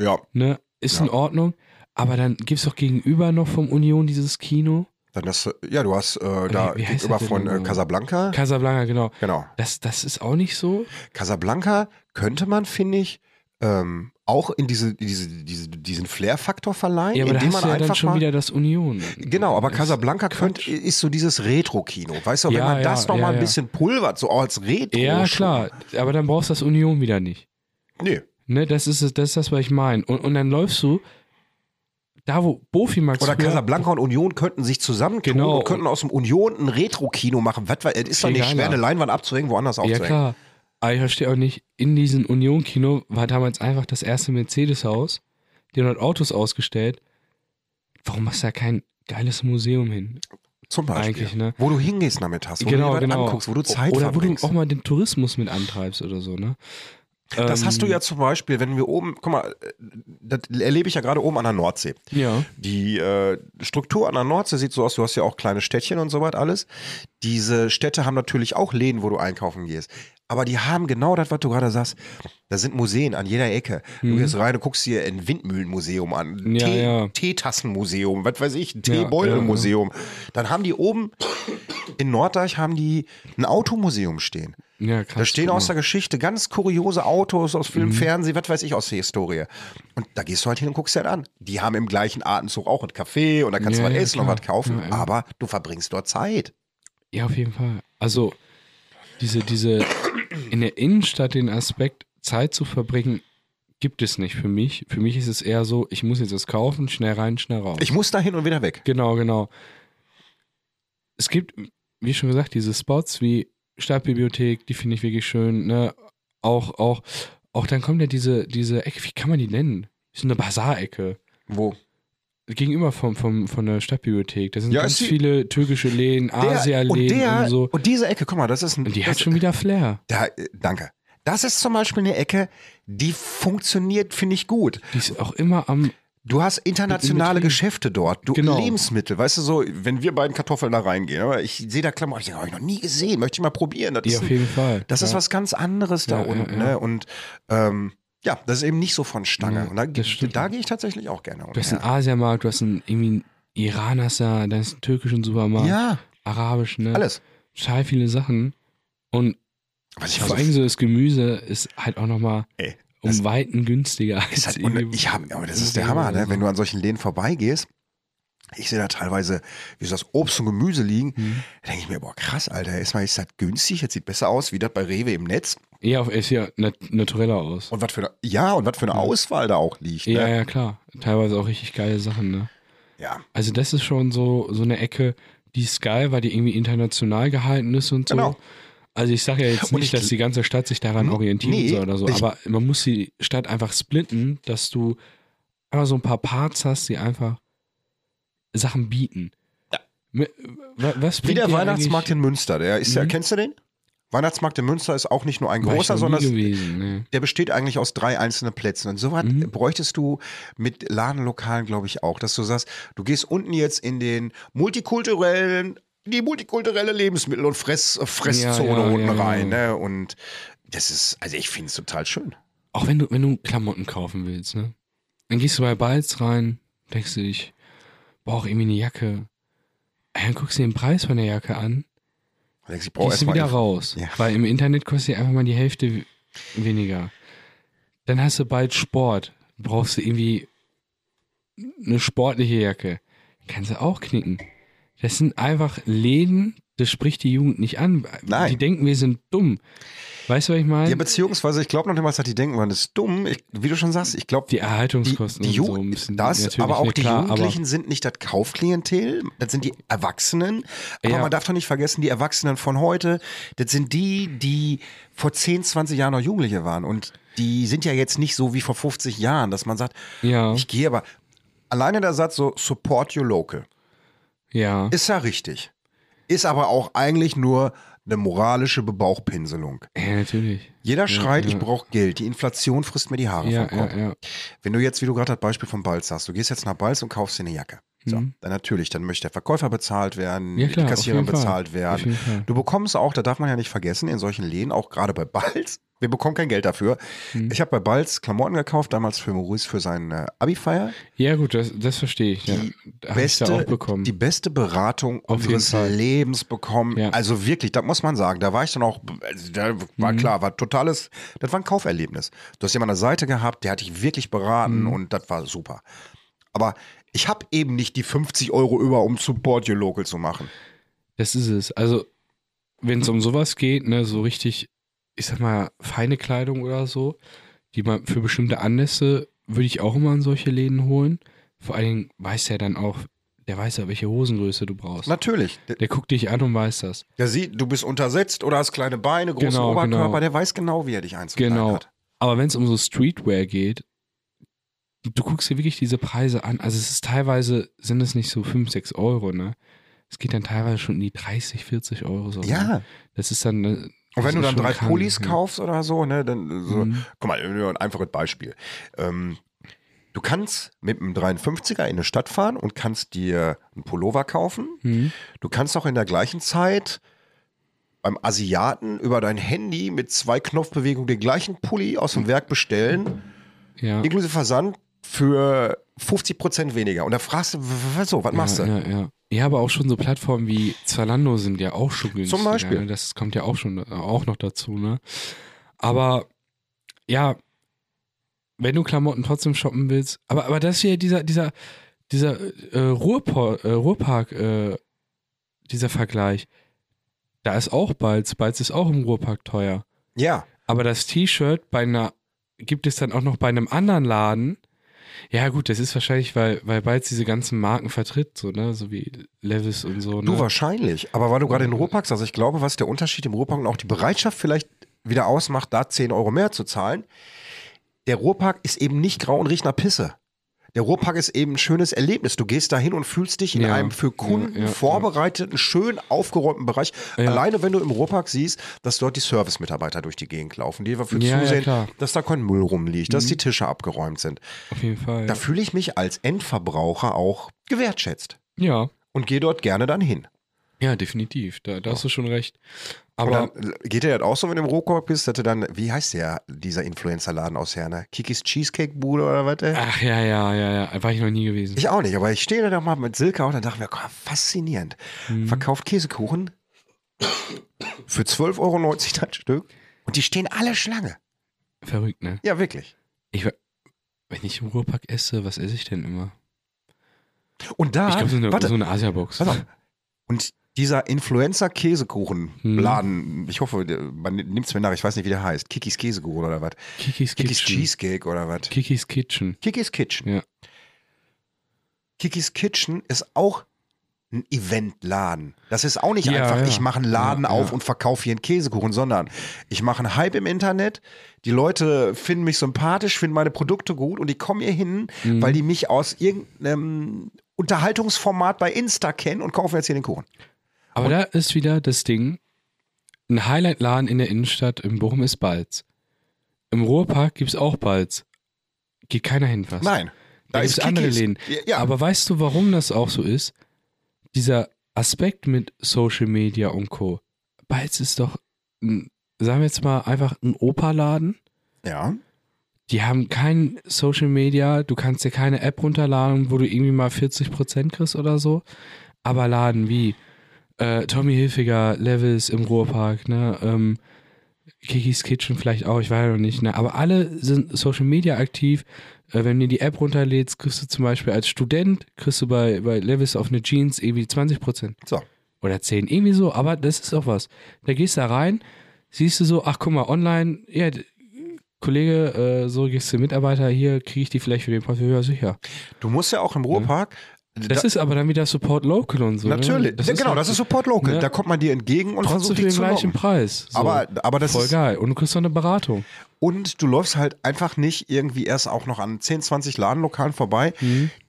Speaker 3: ja,
Speaker 2: ne, ist
Speaker 3: Ja.
Speaker 2: in Ordnung. Aber dann gibt es doch gegenüber noch vom Union dieses Kino,
Speaker 3: Dann das, ja, du hast äh, da
Speaker 2: wie heißt das
Speaker 3: gegenüber
Speaker 2: denn
Speaker 3: von äh,
Speaker 2: nochmal?
Speaker 3: Casablanca.
Speaker 2: Casablanca, genau.
Speaker 3: genau.
Speaker 2: Das, das ist auch nicht so.
Speaker 3: Casablanca könnte man, finde ich, ähm, auch in diese, in diese, diese, diesen Flair-Faktor verleihen,
Speaker 2: Ja, aber da
Speaker 3: indem
Speaker 2: hast
Speaker 3: man
Speaker 2: du ja
Speaker 3: einfach
Speaker 2: dann schon
Speaker 3: mal.
Speaker 2: wieder das Union.
Speaker 3: Genau, aber
Speaker 2: Das-
Speaker 3: Casablanca könnt, ist so dieses Retro-Kino. Weißt du, wenn
Speaker 2: Ja,
Speaker 3: man
Speaker 2: ja,
Speaker 3: das noch
Speaker 2: ja,
Speaker 3: mal ein
Speaker 2: ja.
Speaker 3: bisschen pulvert, so als Retro.
Speaker 2: Ja,
Speaker 3: schon.
Speaker 2: klar. Aber dann brauchst du das Union wieder nicht.
Speaker 3: Nee.
Speaker 2: Ne, das ist es- das, ist das was ich meine. Und, und dann läufst du da, wo Bofi Max
Speaker 3: Oder
Speaker 2: früher-
Speaker 3: Casablanca und Union könnten sich zusammentun
Speaker 2: Genau.
Speaker 3: und könnten aus dem Union ein Retro-Kino machen. Was, war- es ist doch
Speaker 2: Viel
Speaker 3: nicht
Speaker 2: geiler.
Speaker 3: schwer, eine Leinwand abzuhängen, woanders
Speaker 2: Ja,
Speaker 3: aufzuhängen.
Speaker 2: klar. Aber ich verstehe auch nicht, in diesem Union-Kino war damals einfach das erste Mercedes-Haus. Die haben dort Autos ausgestellt. Warum machst du da kein geiles Museum hin?
Speaker 3: Zum Beispiel.
Speaker 2: Eigentlich, ne? Genau,
Speaker 3: Wo du hingehst damit hast, wo du dir was anguckst, wo du Zeit
Speaker 2: Oder wo du oh,
Speaker 3: verbringst.
Speaker 2: auch mal den Tourismus mit antreibst oder so, ne?
Speaker 3: Das
Speaker 2: Ähm,
Speaker 3: hast du ja zum Beispiel, wenn wir oben, guck mal, äh, das erlebe ich ja gerade oben an der Nordsee.
Speaker 2: Ja.
Speaker 3: Die äh, Struktur an der Nordsee sieht so aus, du hast ja auch kleine Städtchen und so weit alles. Diese Städte haben natürlich auch Läden, wo du einkaufen gehst. Aber die haben genau das, was du gerade sagst. Da sind Museen an jeder Ecke. Du gehst rein und guckst dir ein Windmühlenmuseum an, ein
Speaker 2: Mhm. Ja,
Speaker 3: Tee,
Speaker 2: ja.
Speaker 3: Teetassenmuseum, was weiß ich, ein
Speaker 2: Ja,
Speaker 3: Teebeutelmuseum. Dann haben die oben in Norddeich haben die ein Automuseum stehen.
Speaker 2: Ja, krass.
Speaker 3: Da stehen
Speaker 2: guck
Speaker 3: aus der Geschichte ganz kuriose Autos aus
Speaker 2: Mhm.
Speaker 3: Film, Fernsehen, was weiß ich, aus der Historie. Und da gehst du halt hin und guckst dir das an. Die haben im gleichen Atemzug auch ein Café und da kannst
Speaker 2: Ja,
Speaker 3: du was
Speaker 2: ja,
Speaker 3: essen
Speaker 2: klar.
Speaker 3: und was kaufen,
Speaker 2: Ja, ja.
Speaker 3: aber du verbringst dort Zeit.
Speaker 2: Ja, auf jeden Fall. Also, diese, diese, in der Innenstadt den Aspekt, Zeit zu verbringen, gibt es nicht für mich. Für mich ist es eher so, ich muss jetzt was kaufen, schnell rein, schnell raus.
Speaker 3: Ich muss da hin und wieder weg.
Speaker 2: genau, genau. Es gibt, wie schon gesagt, diese Spots wie Stadtbibliothek, die finde ich wirklich schön, ne? Auch, auch, auch dann kommt ja diese, diese Ecke, wie kann man die nennen? Ist eine Basarecke.
Speaker 3: Wo?
Speaker 2: Gegenüber vom, vom, von der Stadtbibliothek. Da sind
Speaker 3: Ja,
Speaker 2: ganz
Speaker 3: ist die-
Speaker 2: viele türkische Läden,
Speaker 3: Der, und,
Speaker 2: Asia-Läden und,
Speaker 3: der,
Speaker 2: so.
Speaker 3: und diese Ecke, guck mal, das ist ein.
Speaker 2: Und die hat
Speaker 3: das,
Speaker 2: schon wieder Flair.
Speaker 3: da, äh, danke. Das ist zum Beispiel eine Ecke, die funktioniert, finde ich, gut.
Speaker 2: Die ist auch immer am.
Speaker 3: Du hast internationale
Speaker 2: Betrieb.
Speaker 3: Geschäfte dort. Du
Speaker 2: Genau.
Speaker 3: Lebensmittel, weißt du so, wenn wir beiden Kartoffeln da reingehen, aber ich sehe da Klamotten, ich denke, habe ich noch nie gesehen, möchte ich mal probieren. Das
Speaker 2: Ja,
Speaker 3: ist
Speaker 2: auf
Speaker 3: ein
Speaker 2: jeden Fall.
Speaker 3: Das ist
Speaker 2: ja.
Speaker 3: was ganz anderes da
Speaker 2: Ja, ja,
Speaker 3: unten.
Speaker 2: ja.
Speaker 3: Ne? Und ähm, ja, das ist eben nicht so von Stange.
Speaker 2: Ja,
Speaker 3: und da,
Speaker 2: das stimmt.
Speaker 3: da gehe ich tatsächlich auch gerne.
Speaker 2: Du hast einen
Speaker 3: ja.
Speaker 2: Asiamarkt, du hast einen irgendwie einen Iraner da, dann ist einen türkischen Supermarkt,
Speaker 3: ja,
Speaker 2: arabisch, ne?
Speaker 3: alles.
Speaker 2: Total viele Sachen. Und
Speaker 3: Was ich
Speaker 2: vor
Speaker 3: versuch-
Speaker 2: allem so das Gemüse ist halt auch nochmal
Speaker 3: Ey, das-
Speaker 2: um Weiten günstiger als
Speaker 3: ist halt,
Speaker 2: irgendwie-
Speaker 3: und ich hab, aber das ist der Hammer, ne? wenn du an solchen Läden vorbeigehst. Ich sehe da teilweise, wie so das Obst und Gemüse liegen.
Speaker 2: Mhm.
Speaker 3: Da denke ich mir, boah, krass, Alter, erstmal ist das günstig, jetzt sieht besser aus, wie das bei Rewe im Netz.
Speaker 2: Ja, auf ist ja nat natureller aus.
Speaker 3: Und was für eine, ja, und was für eine Auswahl da auch liegt.
Speaker 2: Ja,
Speaker 3: Ne?
Speaker 2: ja, klar. Teilweise auch richtig geile Sachen, ne?
Speaker 3: Ja,
Speaker 2: Also das ist schon so, so eine Ecke, die ist geil, weil die irgendwie international gehalten ist und so.
Speaker 3: Genau.
Speaker 2: Also ich sage ja jetzt
Speaker 3: Und
Speaker 2: nicht,
Speaker 3: ich- Hm?
Speaker 2: dass die ganze Stadt sich daran orientieren
Speaker 3: nee,
Speaker 2: soll oder so,
Speaker 3: ich-
Speaker 2: aber man muss die Stadt einfach splitten, dass du einfach so ein paar Parts hast, die einfach Sachen bieten. Ja. Was
Speaker 3: Wie
Speaker 2: bringt
Speaker 3: der
Speaker 2: dir
Speaker 3: Weihnachtsmarkt
Speaker 2: eigentlich-
Speaker 3: in Münster, der ist ja,
Speaker 2: Mhm.
Speaker 3: kennst du den? Weihnachtsmarkt in Münster ist auch nicht nur ein
Speaker 2: War ich
Speaker 3: großer,
Speaker 2: noch nie
Speaker 3: sondern es-
Speaker 2: gewesen, ne?
Speaker 3: der besteht eigentlich aus drei einzelnen Plätzen. Und so was
Speaker 2: Mhm.
Speaker 3: bräuchtest du mit Ladenlokalen, glaube ich, auch, dass du sagst, du gehst unten jetzt in den multikulturellen, die multikulturelle Lebensmittel- und Fress, Fresszone
Speaker 2: Ja, ja,
Speaker 3: unten
Speaker 2: ja, ja.
Speaker 3: rein. Ne? Und das ist, also ich finde es total schön.
Speaker 2: Auch wenn du, wenn du Klamotten kaufen willst, ne? Dann gehst du bei Balz rein, denkst du dich, brauch irgendwie eine Jacke. Dann guckst du den Preis von der Jacke an
Speaker 3: Da denkst du, Also ich brauch
Speaker 2: gehst du
Speaker 3: erstmal
Speaker 2: wieder
Speaker 3: Info-
Speaker 2: raus.
Speaker 3: Ja.
Speaker 2: Weil im Internet kostet die einfach mal die Hälfte w- weniger. Dann hast du bald Sport. Brauchst du irgendwie eine sportliche Jacke. Kannst du auch knicken. Das sind einfach Läden, das spricht die Jugend nicht an.
Speaker 3: Nein.
Speaker 2: Die denken, wir sind dumm. Weißt du, was ich meine?
Speaker 3: Ja, beziehungsweise ich glaube noch niemals, dass die denken, man ist dumm. Ich, wie du schon sagst, ich glaube,
Speaker 2: die Erhaltungskosten
Speaker 3: die, die
Speaker 2: und so
Speaker 3: Ju-
Speaker 2: müssen
Speaker 3: das,
Speaker 2: natürlich
Speaker 3: aber auch
Speaker 2: nicht
Speaker 3: die
Speaker 2: klar,
Speaker 3: Jugendlichen sind nicht das Kaufklientel, das sind die Erwachsenen. Aber
Speaker 2: Ja.
Speaker 3: man darf doch nicht vergessen, die Erwachsenen von heute, das sind die, die vor 10, 20 Jahren noch Jugendliche waren. Und die sind ja jetzt nicht so wie vor 50 Jahren, dass man sagt,
Speaker 2: Aber, ja,
Speaker 3: ich gehe aber. Alleine der Satz so, support your local.
Speaker 2: ja.
Speaker 3: Ist ja richtig. Ist aber auch eigentlich nur eine moralische Bebauchpinselung.
Speaker 2: ja, natürlich.
Speaker 3: Jeder schreit, ich
Speaker 2: ja.
Speaker 3: brauche Geld. Die Inflation frisst mir die Haare
Speaker 2: Ja,
Speaker 3: vom Kopf.
Speaker 2: ja, ja.
Speaker 3: Wenn du jetzt, wie du gerade das Beispiel vom Balz hast, du gehst jetzt nach Balz und kaufst dir eine Jacke. So, dann natürlich, dann möchte der Verkäufer bezahlt werden,
Speaker 2: Mhm. Ja, klar,
Speaker 3: die
Speaker 2: auf
Speaker 3: Kassierer
Speaker 2: jeden Fall.
Speaker 3: bezahlt
Speaker 2: Auf jeden
Speaker 3: werden.
Speaker 2: Fall.
Speaker 3: Du bekommst auch, da darf man ja nicht vergessen, in solchen Läden, auch gerade bei Balz, wir bekommen kein Geld dafür.
Speaker 2: Mhm.
Speaker 3: Ich habe bei Balz Klamotten gekauft, damals für Maurice für seine Abi-Feier.
Speaker 2: Ja, gut, das, das verstehe ich. Ja. Hab ich da auch bekommen.
Speaker 3: die beste Beratung
Speaker 2: Auf jeden
Speaker 3: unseres
Speaker 2: Fall.
Speaker 3: Lebens bekommen.
Speaker 2: Ja.
Speaker 3: Also wirklich, da muss man sagen, da war ich dann auch, also da war
Speaker 2: Mhm.
Speaker 3: klar, war totales, das war ein Kauferlebnis. Du hast jemanden an der Seite gehabt, der hat dich wirklich beraten
Speaker 2: Mhm.
Speaker 3: und das war super. Aber ich habe eben nicht die 50 Euro über, um Support Your Local zu machen.
Speaker 2: Das ist es. Also, wenn es um sowas geht, ne, so richtig, ich sag mal, feine Kleidung oder so, die man für bestimmte Anlässe würde ich auch immer in solche Läden holen. Vor allen Dingen weiß er dann auch, der weiß ja, welche Hosengröße du brauchst.
Speaker 3: Natürlich. Der,
Speaker 2: Der guckt dich an und weiß das.
Speaker 3: der sieht, du bist untersetzt oder hast kleine Beine, großen
Speaker 2: Genau,
Speaker 3: Oberkörper,
Speaker 2: genau.
Speaker 3: der weiß genau, wie er dich einzukleiden
Speaker 2: Genau.
Speaker 3: hat.
Speaker 2: Aber wenn es um so Streetwear geht, du guckst dir wirklich diese Preise an. Also es ist teilweise, sind es nicht so 5, 6 Euro, ne? Es geht dann teilweise schon in die 30, 40 Euro. So, Ne?
Speaker 3: Ja.
Speaker 2: Das ist dann. ne,
Speaker 3: Und
Speaker 2: das
Speaker 3: wenn du
Speaker 2: ist
Speaker 3: dann
Speaker 2: schon
Speaker 3: drei
Speaker 2: krank,
Speaker 3: Pullis
Speaker 2: ja.
Speaker 3: kaufst oder so, ne, dann so,
Speaker 2: Mhm.
Speaker 3: guck mal, ein einfaches Beispiel. Ähm, du kannst mit einem 53er in eine Stadt fahren und kannst dir einen Pullover kaufen.
Speaker 2: Mhm.
Speaker 3: Du kannst auch in der gleichen Zeit beim Asiaten über dein Handy mit zwei Knopfbewegungen den gleichen Pulli aus dem Werk bestellen,
Speaker 2: Ja.
Speaker 3: inklusive Versand für 50% weniger. Und da fragst du, w- w- so, was machst
Speaker 2: ja,
Speaker 3: du?
Speaker 2: Ja, ja. ja, aber auch schon so Plattformen wie Zalando sind ja auch schon günstiger.
Speaker 3: Beispiel.
Speaker 2: Ne? Das kommt ja auch schon äh, auch noch dazu, ne? Aber ja, wenn du Klamotten trotzdem shoppen willst, aber, aber das hier, dieser, dieser, dieser äh, Ruhrpo äh, Ruhrpark, äh, dieser Vergleich, da ist auch Balz, Balz ist auch im Ruhrpark teuer.
Speaker 3: Ja,
Speaker 2: Aber das T-Shirt bei einer, gibt es dann auch noch bei einem anderen Laden. Ja, gut, das ist wahrscheinlich, weil, weil Balz diese ganzen Marken vertritt, so, ne? So wie Levis und so. Ne?
Speaker 3: du wahrscheinlich. Aber weil du gerade in den Ruhrpark sagst, ich glaube, was der Unterschied im Ruhrpark und auch die Bereitschaft vielleicht wieder ausmacht, da 10 Euro mehr zu zahlen, der Ruhrpark ist eben nicht grau und riecht nach Pisse. Der Ruhrpark ist eben ein schönes Erlebnis. Du gehst dahin und fühlst dich in
Speaker 2: Ja,
Speaker 3: einem für Kunden
Speaker 2: ja, ja,
Speaker 3: vorbereiteten, schön aufgeräumten Bereich. Alleine wenn du im Ruhrpark siehst, dass dort die Service-Mitarbeiter durch die Gegend laufen, die dafür
Speaker 2: Ja, ja,
Speaker 3: zusehen,
Speaker 2: klar. Mhm.
Speaker 3: dass da kein Müll rumliegt, dass die Tische abgeräumt sind.
Speaker 2: Auf jeden Fall.
Speaker 3: Da fühle ich mich als Endverbraucher auch gewertschätzt
Speaker 2: Ja.
Speaker 3: und gehe dort gerne dann hin.
Speaker 2: Ja, definitiv. Da, da hast du schon recht.
Speaker 3: Aber äh,
Speaker 2: Aber
Speaker 3: geht dir das auch so, wenn du im Rohkorb bist, dass du dann, wie heißt der, dieser Influencer-Laden aus Herne? Kikis Cheesecake-Bude oder was? ey?
Speaker 2: ach ja, ja, ja, ja. War ich noch nie gewesen.
Speaker 3: Ich auch nicht, aber ich stehe da mal mit Silke und dann dachte ich mir, komm, faszinierend.
Speaker 2: Hm. Mhm.
Speaker 3: Verkauft Käsekuchen für 12,90 Euro das Stück und die stehen alle Schlange.
Speaker 2: Verrückt, ne?
Speaker 3: Ja, wirklich.
Speaker 2: Ich, wa- wenn ich im Ruhrpark esse, was esse ich denn immer?
Speaker 3: Und da,
Speaker 2: ich glaube, so eine,
Speaker 3: warte,
Speaker 2: so eine Asia-Box.
Speaker 3: pass auf. Und dieser Influencer-Käsekuchen-Laden,
Speaker 2: Mhm.
Speaker 3: ich hoffe, der- man nimmt es mir nach, ich weiß nicht, wie der heißt. Kikis Käsekuchen oder was?
Speaker 2: Kikis
Speaker 3: Kikis
Speaker 2: Kitchen.
Speaker 3: Cheesecake oder was?
Speaker 2: Kikis Kitchen.
Speaker 3: Kikis Kitchen.
Speaker 2: Ja.
Speaker 3: Kikis Kitchen ist auch ein Eventladen. Das ist auch nicht
Speaker 2: Ja,
Speaker 3: einfach,
Speaker 2: ja.
Speaker 3: ich mache einen Laden
Speaker 2: Ja,
Speaker 3: auf
Speaker 2: ja.
Speaker 3: und verkaufe hier einen Käsekuchen, sondern ich mache einen Hype im Internet, die Leute finden mich sympathisch, finden meine Produkte gut und die kommen hier hin,
Speaker 2: Mhm.
Speaker 3: weil die mich aus irgendeinem Unterhaltungsformat bei Insta kennen und kaufen jetzt hier den Kuchen.
Speaker 2: Aber da ist wieder das Ding: ein Highlight-Laden in der Innenstadt in Bochum ist Balz. Im Ruhrpark gibt es auch Balz. Geht keiner hin fast.
Speaker 3: Nein.
Speaker 2: da gibt es andere
Speaker 3: Kikis.
Speaker 2: Läden.
Speaker 3: Ja, Ja,
Speaker 2: Aber weißt du, warum das auch so ist? Dieser Aspekt mit Social Media und Co. Balz ist doch, ein, sagen wir jetzt mal, einfach ein Operladen.
Speaker 3: ja.
Speaker 2: Die haben kein Social Media, du kannst dir keine App runterladen, wo du irgendwie mal 40% kriegst oder so. Aber Laden wie äh, Tommy Hilfiger, Levis im Ruhrpark, ne, ähm, Kikis Kitchen vielleicht auch, ich weiß noch nicht, ne? Aber alle sind Social Media aktiv. Äh, wenn du dir die App runterlädst, kriegst du zum Beispiel als Student, kriegst du bei, bei Levis auf eine Jeans irgendwie 20%
Speaker 3: So.
Speaker 2: oder 10, irgendwie so, aber das ist auch was. Da gehst du da rein, siehst du so, ach guck mal, online, ja, d- Kollege, äh, so gehst du Mitarbeiter, hier kriege ich die vielleicht für den Preis, ja sicher.
Speaker 3: Du musst ja auch im Ruhrpark.
Speaker 2: Das ist aber dann wieder Support Local und so.
Speaker 3: Natürlich,
Speaker 2: ne?
Speaker 3: Ja, genau,
Speaker 2: halt
Speaker 3: das ist Support Local.
Speaker 2: ne?
Speaker 3: Da kommt man dir entgegen und
Speaker 2: trotzdem
Speaker 3: versucht
Speaker 2: für
Speaker 3: dich
Speaker 2: den
Speaker 3: zu
Speaker 2: gleichen
Speaker 3: locken.
Speaker 2: Preis. So.
Speaker 3: Aber, aber das
Speaker 2: Voll
Speaker 3: ist,
Speaker 2: geil. Und du kriegst noch eine Beratung.
Speaker 3: Und du läufst halt einfach nicht irgendwie erst auch noch an 10, 20 Ladenlokalen vorbei,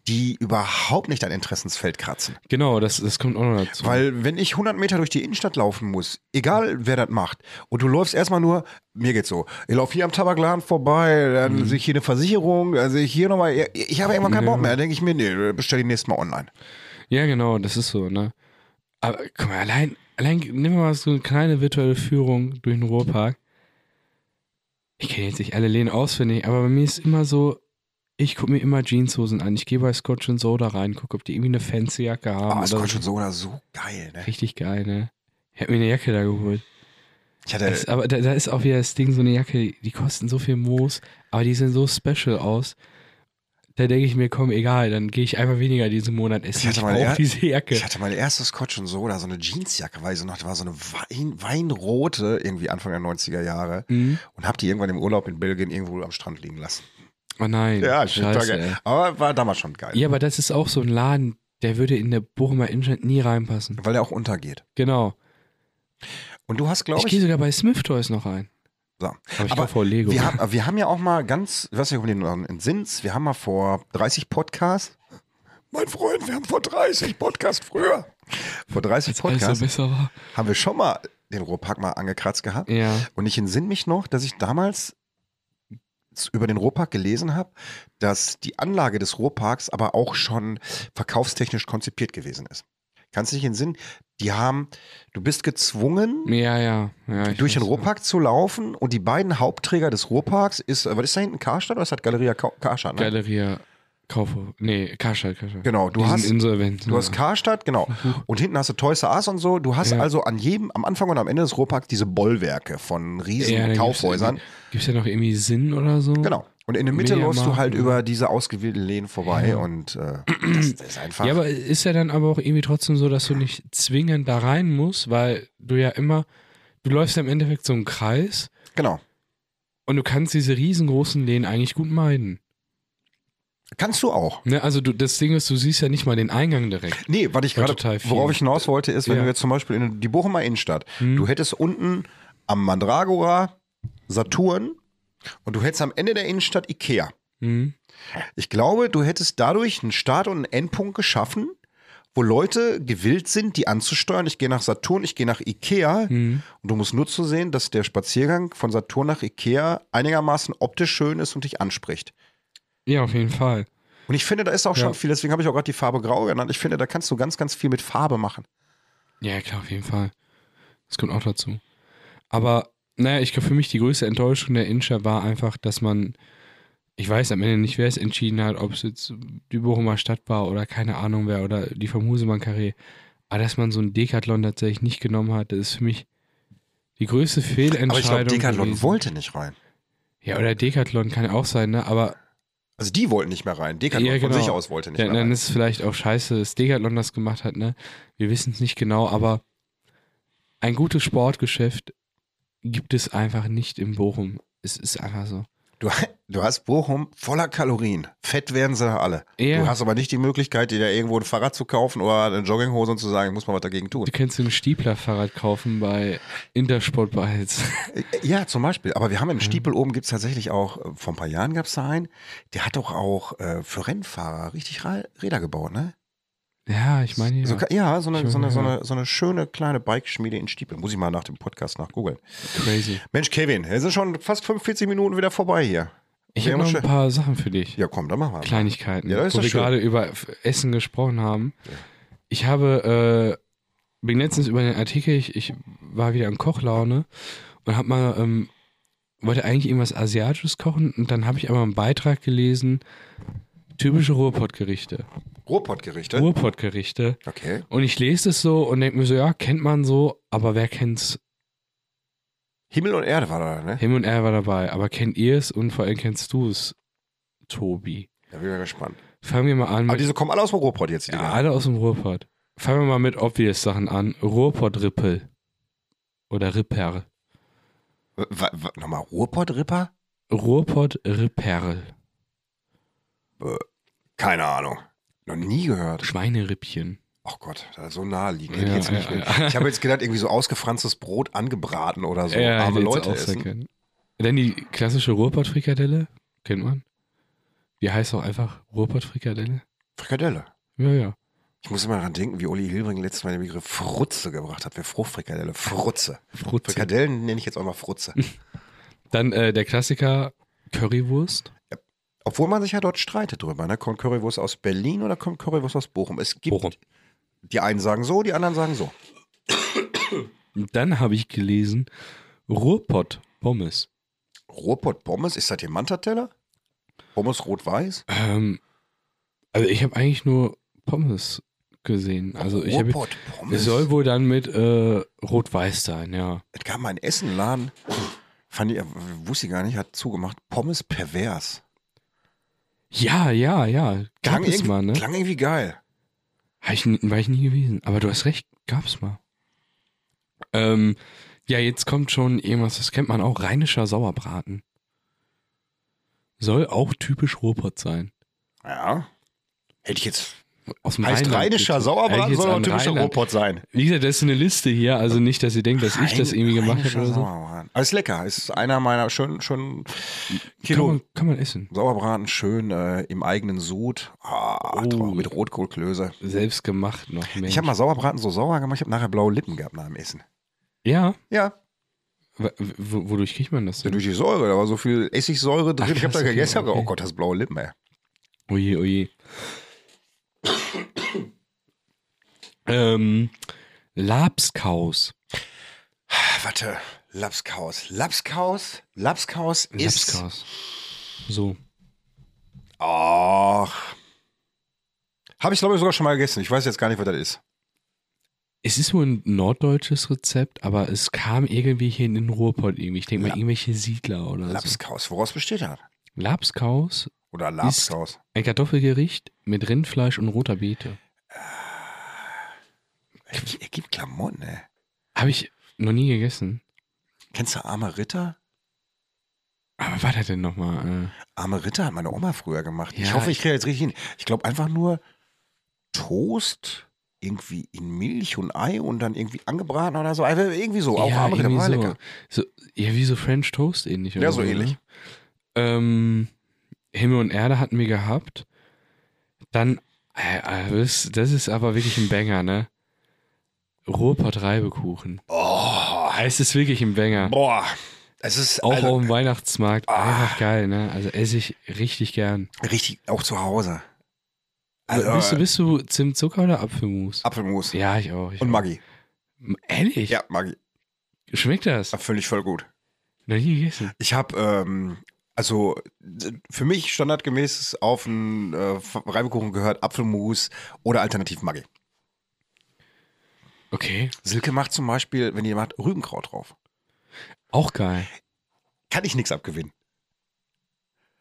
Speaker 3: die überhaupt nicht an Interessensfeld kratzen.
Speaker 2: Genau, das, das kommt auch noch dazu.
Speaker 3: Weil wenn ich 100 Meter durch die Innenstadt laufen muss, egal wer das macht, und du läufst erstmal nur, mir geht's so, ich laufe hier am Tabakladen vorbei, dann sehe ich hier eine Versicherung, dann sehe ich hier nochmal, ich- ich habe irgendwann keinen Bock mehr, dann denke ich mir, nee, bestell die nächste Mal online.
Speaker 2: Ja, genau, das ist so, ne? Aber guck mal, allein, allein nehmen wir mal so eine kleine virtuelle Führung durch den Ruhrpark. Ich kenne jetzt nicht alle Läden auswendig, aber bei mir ist immer so, ich gucke mir immer Jeanshosen an. Ich gehe bei Scotch and Soda rein, gucke, ob die irgendwie eine fancy Jacke haben.
Speaker 3: Aber es
Speaker 2: oder
Speaker 3: kommt
Speaker 2: so.
Speaker 3: Ah, schon so oder so geil, ne?
Speaker 2: Richtig geil, ne? Ich habe mir eine Jacke da geholt.
Speaker 3: Ich hatte,
Speaker 2: Das, aber da, da ist auch wieder das Ding, so eine Jacke, die kosten so viel Moos, aber die sehen so special aus. Da denke ich mir, komm, egal, dann gehe ich einfach weniger diesen Monat essen.
Speaker 3: Ich hatte
Speaker 2: Ich
Speaker 3: mal-
Speaker 2: brauche diese Jacke.
Speaker 3: Ich hatte meine erste Scotch und Soda, so eine Jeansjacke, weil ich so noch, da war so eine Wein, weinrote, irgendwie Anfang der 90er Jahre.
Speaker 2: Mhm.
Speaker 3: Und hab die irgendwann im Urlaub in Belgien irgendwo am Strand liegen lassen.
Speaker 2: Oh nein.
Speaker 3: schön,
Speaker 2: scheiße.
Speaker 3: danke.
Speaker 2: ey.
Speaker 3: Aber war damals schon geil.
Speaker 2: Ja, aber das ist auch so ein Laden, der würde in der Bochumer Innenstadt nie reinpassen.
Speaker 3: Weil der auch untergeht.
Speaker 2: Genau.
Speaker 3: Und du hast, glaube
Speaker 2: ich
Speaker 3: ich.
Speaker 2: gehe sogar bei Smith Toys noch rein.
Speaker 3: So.
Speaker 2: Aber ich
Speaker 3: Aber
Speaker 2: kaufe auch Lego.
Speaker 3: Wir haben, wir haben ja auch mal ganz, ich weiß nicht, ob wir den entsinnst, wir haben mal vor 30 Podcasts. Mein Freund, wir haben vor 30 Podcast früher. Vor 30
Speaker 2: Als es so
Speaker 3: Podcasts
Speaker 2: besser war.
Speaker 3: haben wir schon mal den Ruhrpark mal angekratzt gehabt.
Speaker 2: Ja.
Speaker 3: Und ich entsinne mich noch, dass ich damals z- über den Ruhrpark gelesen habe, dass die Anlage des Ruhrparks aber auch schon verkaufstechnisch konzipiert gewesen ist. Kannst du dich entsinnen? Die haben, du bist gezwungen,
Speaker 2: Ja, ja. ja ich
Speaker 3: durch den
Speaker 2: weiß,
Speaker 3: Ruhrpark zu laufen und die beiden Hauptträger des Ruhrparks ist, äh, was ist da hinten, Karstadt oder ist das Galeria Ka Karstadt?
Speaker 2: ja.
Speaker 3: Ne?
Speaker 2: Galeria Kaufhof. Nee, Karstadt, Karstadt.
Speaker 3: Genau, du
Speaker 2: Die
Speaker 3: hast-
Speaker 2: Sind insolvent.
Speaker 3: Du hast
Speaker 2: ja.
Speaker 3: Karstadt, genau. Und hinten hast du Toys R Us und so. Du hast
Speaker 2: Ja.
Speaker 3: also an jedem, am Anfang und am Ende des Ruhrparks diese Bollwerke von riesen
Speaker 2: ja, äh,
Speaker 3: Kaufhäusern.
Speaker 2: Gibt es ja noch irgendwie Sinn oder so?
Speaker 3: Genau. Und in der Mitte
Speaker 2: Mediamarkt,
Speaker 3: läufst du halt
Speaker 2: ja.
Speaker 3: über diese ausgewählten Läden vorbei und äh, das, das ist einfach.
Speaker 2: Ja, aber ist ja dann aber auch irgendwie trotzdem so, dass du nicht zwingend da rein musst, weil du ja immer, du läufst ja im Endeffekt so einen Kreis
Speaker 3: genau.
Speaker 2: und du kannst diese riesengroßen Läden eigentlich gut meiden.
Speaker 3: Kannst du auch.
Speaker 2: Ne, also du, das Ding ist, du siehst ja nicht mal den Eingang direkt.
Speaker 3: Nee, was ich
Speaker 2: Ja,
Speaker 3: gerade,
Speaker 2: total viel.
Speaker 3: worauf ich hinaus wollte, ist, wenn
Speaker 2: Ja.
Speaker 3: du jetzt zum Beispiel in die Bochumer Innenstadt,
Speaker 2: Hm.
Speaker 3: du hättest unten am Mandragora Saturn und du hättest am Ende der Innenstadt Ikea.
Speaker 2: Mhm.
Speaker 3: Ich glaube, du hättest dadurch einen Start und einen Endpunkt geschaffen, wo Leute gewillt sind, die anzusteuern. Ich gehe nach Saturn, ich gehe nach Ikea.
Speaker 2: Mhm.
Speaker 3: Und du musst nur zu sehen, dass der Spaziergang von Saturn nach Ikea einigermaßen optisch schön ist und dich anspricht.
Speaker 2: Ja, auf jeden Fall.
Speaker 3: Und ich finde, da ist auch
Speaker 2: Ja.
Speaker 3: schon viel, deswegen habe ich auch gerade die Farbe Grau genannt. Ich finde, da kannst du ganz, ganz viel mit Farbe machen.
Speaker 2: Ja, klar, auf jeden Fall. Das kommt auch dazu. Aber, naja, ich glaube, für mich die größte Enttäuschung der Innenstadt war einfach, dass man, ich weiß am Ende nicht, wer es entschieden hat, ob es jetzt die Bochumer Stadt war oder keine Ahnung wer oder die vom Husemann Karree, aber dass man so einen Decathlon tatsächlich nicht genommen hat, das ist für mich die größte Fehlentscheidung.
Speaker 3: Aber ich glaube, Decathlon
Speaker 2: gewesen.
Speaker 3: wollte nicht rein.
Speaker 2: Ja, oder Decathlon kann ja auch sein, ne? Aber
Speaker 3: Also die wollten nicht mehr rein. Decathlon
Speaker 2: Ja, genau.
Speaker 3: von sich aus wollte nicht
Speaker 2: Ja,
Speaker 3: mehr
Speaker 2: dann
Speaker 3: rein.
Speaker 2: ist es vielleicht auch scheiße, dass Decathlon das gemacht hat, ne? Wir wissen es nicht genau, aber ein gutes Sportgeschäft gibt es einfach nicht in Bochum. Es ist einfach so.
Speaker 3: Du, du hast Bochum voller Kalorien. Fett werden sie alle.
Speaker 2: Ja.
Speaker 3: Du hast aber nicht die Möglichkeit, dir da irgendwo ein Fahrrad zu kaufen oder eine Jogginghose und zu sagen, ich muss mal was dagegen tun.
Speaker 2: Du kannst dir ein Stiebler-Fahrrad kaufen bei Intersport Bikes.
Speaker 3: Ja, zum Beispiel. Aber wir haben
Speaker 2: Mhm.
Speaker 3: im Stiepel oben gibt es tatsächlich auch, äh, vor ein paar Jahren gab es da einen, der hat doch auch äh, für Rennfahrer richtig Ra Räder gebaut, ne?
Speaker 2: Ja, ich meine ja.
Speaker 3: So, ka- ja, so eine,
Speaker 2: Schön,
Speaker 3: so, eine, so,
Speaker 2: ja.
Speaker 3: eine, so eine schöne kleine Bikeschmiede in Stiepel. Muss ich mal nach dem Podcast nachgoogeln.
Speaker 2: crazy.
Speaker 3: Mensch, Kevin, es sind schon fast 45 Minuten wieder vorbei hier.
Speaker 2: Ich
Speaker 3: Wir
Speaker 2: habe
Speaker 3: haben
Speaker 2: noch
Speaker 3: schon-
Speaker 2: ein paar Sachen für dich.
Speaker 3: Ja, komm, dann machen wir. mal.
Speaker 2: Kleinigkeiten,
Speaker 3: Ja, das ist
Speaker 2: wo
Speaker 3: doch
Speaker 2: wir
Speaker 3: schön.
Speaker 2: gerade über F- Essen gesprochen haben. Ich habe, äh, bin letztens über den Artikel, ich, ich war wieder in Kochlaune und habe mal, ähm, wollte eigentlich irgendwas Asiatisches kochen und dann habe ich aber einen Beitrag gelesen, typische Ruhrpottgerichte.
Speaker 3: Ruhrpottgerichte.
Speaker 2: Ruhrpottgerichte.
Speaker 3: okay.
Speaker 2: Und ich lese es so und denke mir so, ja, kennt man so, aber wer kennt's?
Speaker 3: Himmel und Erde war da, ne?
Speaker 2: Him und er war dabei, aber kennt ihr es und vor allem kennst du es, Tobi?
Speaker 3: Da bin ich mal gespannt.
Speaker 2: Fangen wir mal an.
Speaker 3: Aber
Speaker 2: mit-
Speaker 3: diese kommen alle aus dem Ruhrpott jetzt, die
Speaker 2: Hm. Ja,
Speaker 3: Dinger.
Speaker 2: alle aus dem Ruhrpott. Fangen wir mal mit obvious Sachen an. Ruhrpott-Rippel. Oder Ripperl.
Speaker 3: Wa- wa- Nochmal Ruhrpott-Ripper?
Speaker 2: Ruhrpott-Ripperl.
Speaker 3: Keine Ahnung. Noch nie gehört.
Speaker 2: Schweinerippchen.
Speaker 3: Ach Gott, da so naheliegend. Hätte
Speaker 2: Ja,
Speaker 3: ich jetzt nicht
Speaker 2: ja,
Speaker 3: mehr.
Speaker 2: ja.
Speaker 3: Ich habe jetzt gedacht, irgendwie so ausgefranstes Brot angebraten oder so.
Speaker 2: Ja,
Speaker 3: Arme
Speaker 2: hätte jetzt
Speaker 3: Leute
Speaker 2: auch sein
Speaker 3: essen.
Speaker 2: können. Dann die klassische Ruhrpott-Frikadelle. Kennt man. Die heißt auch einfach Ruhrpott-Frikadelle.
Speaker 3: Frikadelle.
Speaker 2: Ja, ja.
Speaker 3: Ich muss immer daran denken, wie Uli Hilbring letztes Mal den Begriff Frutze gebracht hat. Wer Fruchtfrikadelle? Frutze.
Speaker 2: Frutze.
Speaker 3: Frikadellen nenne ich jetzt auch mal Frutze.
Speaker 2: Dann äh, der Klassiker Currywurst.
Speaker 3: Obwohl man sich ja dort streitet drüber. Ne? Kommt Currywurst aus Berlin oder kommt Currywurst aus Bochum? Es gibt.
Speaker 2: Bochum.
Speaker 3: Die einen sagen so, die anderen sagen so.
Speaker 2: Und Dann habe ich gelesen Ruhrpott Pommes.
Speaker 3: Ruhrpott Pommes, ist das hier Manterteller? Pommes rot-weiß?
Speaker 2: Ähm, also ich habe eigentlich nur Pommes gesehen. Also ich habe
Speaker 3: Ruhrpott Pommes.
Speaker 2: es soll wohl dann mit äh, Rot-Weiß sein, ja.
Speaker 3: Es gab mal einen Essenladen, fand ich, wusste ich gar nicht, hat zugemacht. Pommes pervers.
Speaker 2: Ja, ja, ja. Gab es
Speaker 3: irgendwie-
Speaker 2: mal, ne?
Speaker 3: klang irgendwie geil.
Speaker 2: Hab ich, nie- war ich nie gewesen. Aber du hast recht, gab's mal. Ähm, ja, jetzt kommt schon irgendwas, das kennt man auch, rheinischer Sauerbraten. Soll auch typisch Ruhrpott sein.
Speaker 3: Ja. Hätte ich jetzt.
Speaker 2: Aus dem
Speaker 3: Heißt
Speaker 2: Rheinland gezogen.
Speaker 3: rheinischer
Speaker 2: Hätte
Speaker 3: Sauerbraten
Speaker 2: ich jetzt
Speaker 3: soll auch
Speaker 2: an
Speaker 3: typischer
Speaker 2: Rheinland-
Speaker 3: Ruhrpott sein.
Speaker 2: Wie gesagt, das ist eine Liste hier, also nicht, dass ihr denkt, dass ich das irgendwie gemacht habe
Speaker 3: Rheinischer
Speaker 2: oder so.
Speaker 3: Sauerbraten. Aber ist lecker. Ist einer meiner schönen, schönen
Speaker 2: Kann
Speaker 3: Kilo
Speaker 2: man, kann man essen.
Speaker 3: Sauerbraten, schön äh, im eigenen Sud. Ah,
Speaker 2: Oh.
Speaker 3: Traum, mit Rotkohlklöße.
Speaker 2: Selbst gemacht noch. Mensch.
Speaker 3: Ich habe mal Sauerbraten so sauer gemacht, ich habe nachher blaue Lippen gehabt nach dem Essen.
Speaker 2: ja,
Speaker 3: Ja,
Speaker 2: w- w- wodurch kriegt man das
Speaker 3: Ja,
Speaker 2: denn?
Speaker 3: durch die Säure, da war so viel Essigsäure drin.
Speaker 2: Ach,
Speaker 3: ich habe da
Speaker 2: das ist okay,
Speaker 3: gegessen,
Speaker 2: okay.
Speaker 3: oh Gott, das blaue Lippen, ey.
Speaker 2: Oje, oje. ähm, Labskaus.
Speaker 3: Ah, Warte, Lapskaus. Lapskaus? Lapskaus ist.
Speaker 2: Lapskaus. So.
Speaker 3: Ach. Habe ich, glaube ich, sogar schon mal gegessen. Ich weiß jetzt gar nicht, was das ist.
Speaker 2: Es ist wohl ein norddeutsches Rezept, aber es kam irgendwie hier in den Ruhrpott irgendwie. Ich denke mal,
Speaker 3: La-
Speaker 2: irgendwelche Siedler
Speaker 3: Also.
Speaker 2: oder so.
Speaker 3: Lapskaus. Woraus besteht das?
Speaker 2: Labskaus,
Speaker 3: Oder Lapskaus.
Speaker 2: ein Kartoffelgericht mit Rindfleisch und roter Beete.
Speaker 3: Er gibt- Er gibt Klamotten, ey.
Speaker 2: Habe ich noch nie gegessen.
Speaker 3: Kennst du Arme Ritter?
Speaker 2: Aber was war das denn äh, nochmal?
Speaker 3: Arme Ritter hat meine Oma früher gemacht. ich
Speaker 2: Ja.
Speaker 3: hoffe, ich kriege jetzt richtig hin. Ich glaube einfach nur Toast irgendwie in Milch und Ei und dann irgendwie angebraten oder so. Einfach Irgendwie so. Auch Arme Ritter
Speaker 2: irgendwie
Speaker 3: war
Speaker 2: so,
Speaker 3: lecker.
Speaker 2: so, ja, wie so French Toast ähnlich.
Speaker 3: Ja,
Speaker 2: oder
Speaker 3: so
Speaker 2: ne?
Speaker 3: ähnlich.
Speaker 2: Ähm, Himmel und Erde hatten wir gehabt. Dann, äh, äh, das, das ist aber wirklich ein Banger, ne? Ruhrpott Reibekuchen.
Speaker 3: Oh,
Speaker 2: Es ist wirklich ein Banger.
Speaker 3: boah. Es ist
Speaker 2: Auch
Speaker 3: also,
Speaker 2: auf dem Weihnachtsmarkt.
Speaker 3: Ah.
Speaker 2: Einfach geil, ne? Also esse ich richtig gern.
Speaker 3: richtig, auch zu Hause. Also,
Speaker 2: bist,
Speaker 3: äh,
Speaker 2: du, bist du Zimtzucker oder Apfelmus?
Speaker 3: Apfelmus
Speaker 2: ja, ich auch. Ich
Speaker 3: und
Speaker 2: auch.
Speaker 3: Maggi.
Speaker 2: Ehrlich?
Speaker 3: Ja, Maggi.
Speaker 2: Schmeckt das?
Speaker 3: Völlig voll gut.
Speaker 2: Noch nie gegessen.
Speaker 3: Ich habe, ähm, also d- für mich standardgemäß ist auf einen äh, Reibekuchen gehört Apfelmus oder alternativ Maggi.
Speaker 2: Okay.
Speaker 3: Silke macht zum Beispiel, wenn die macht, Rübenkraut drauf.
Speaker 2: Auch geil.
Speaker 3: Kann ich nichts abgewinnen.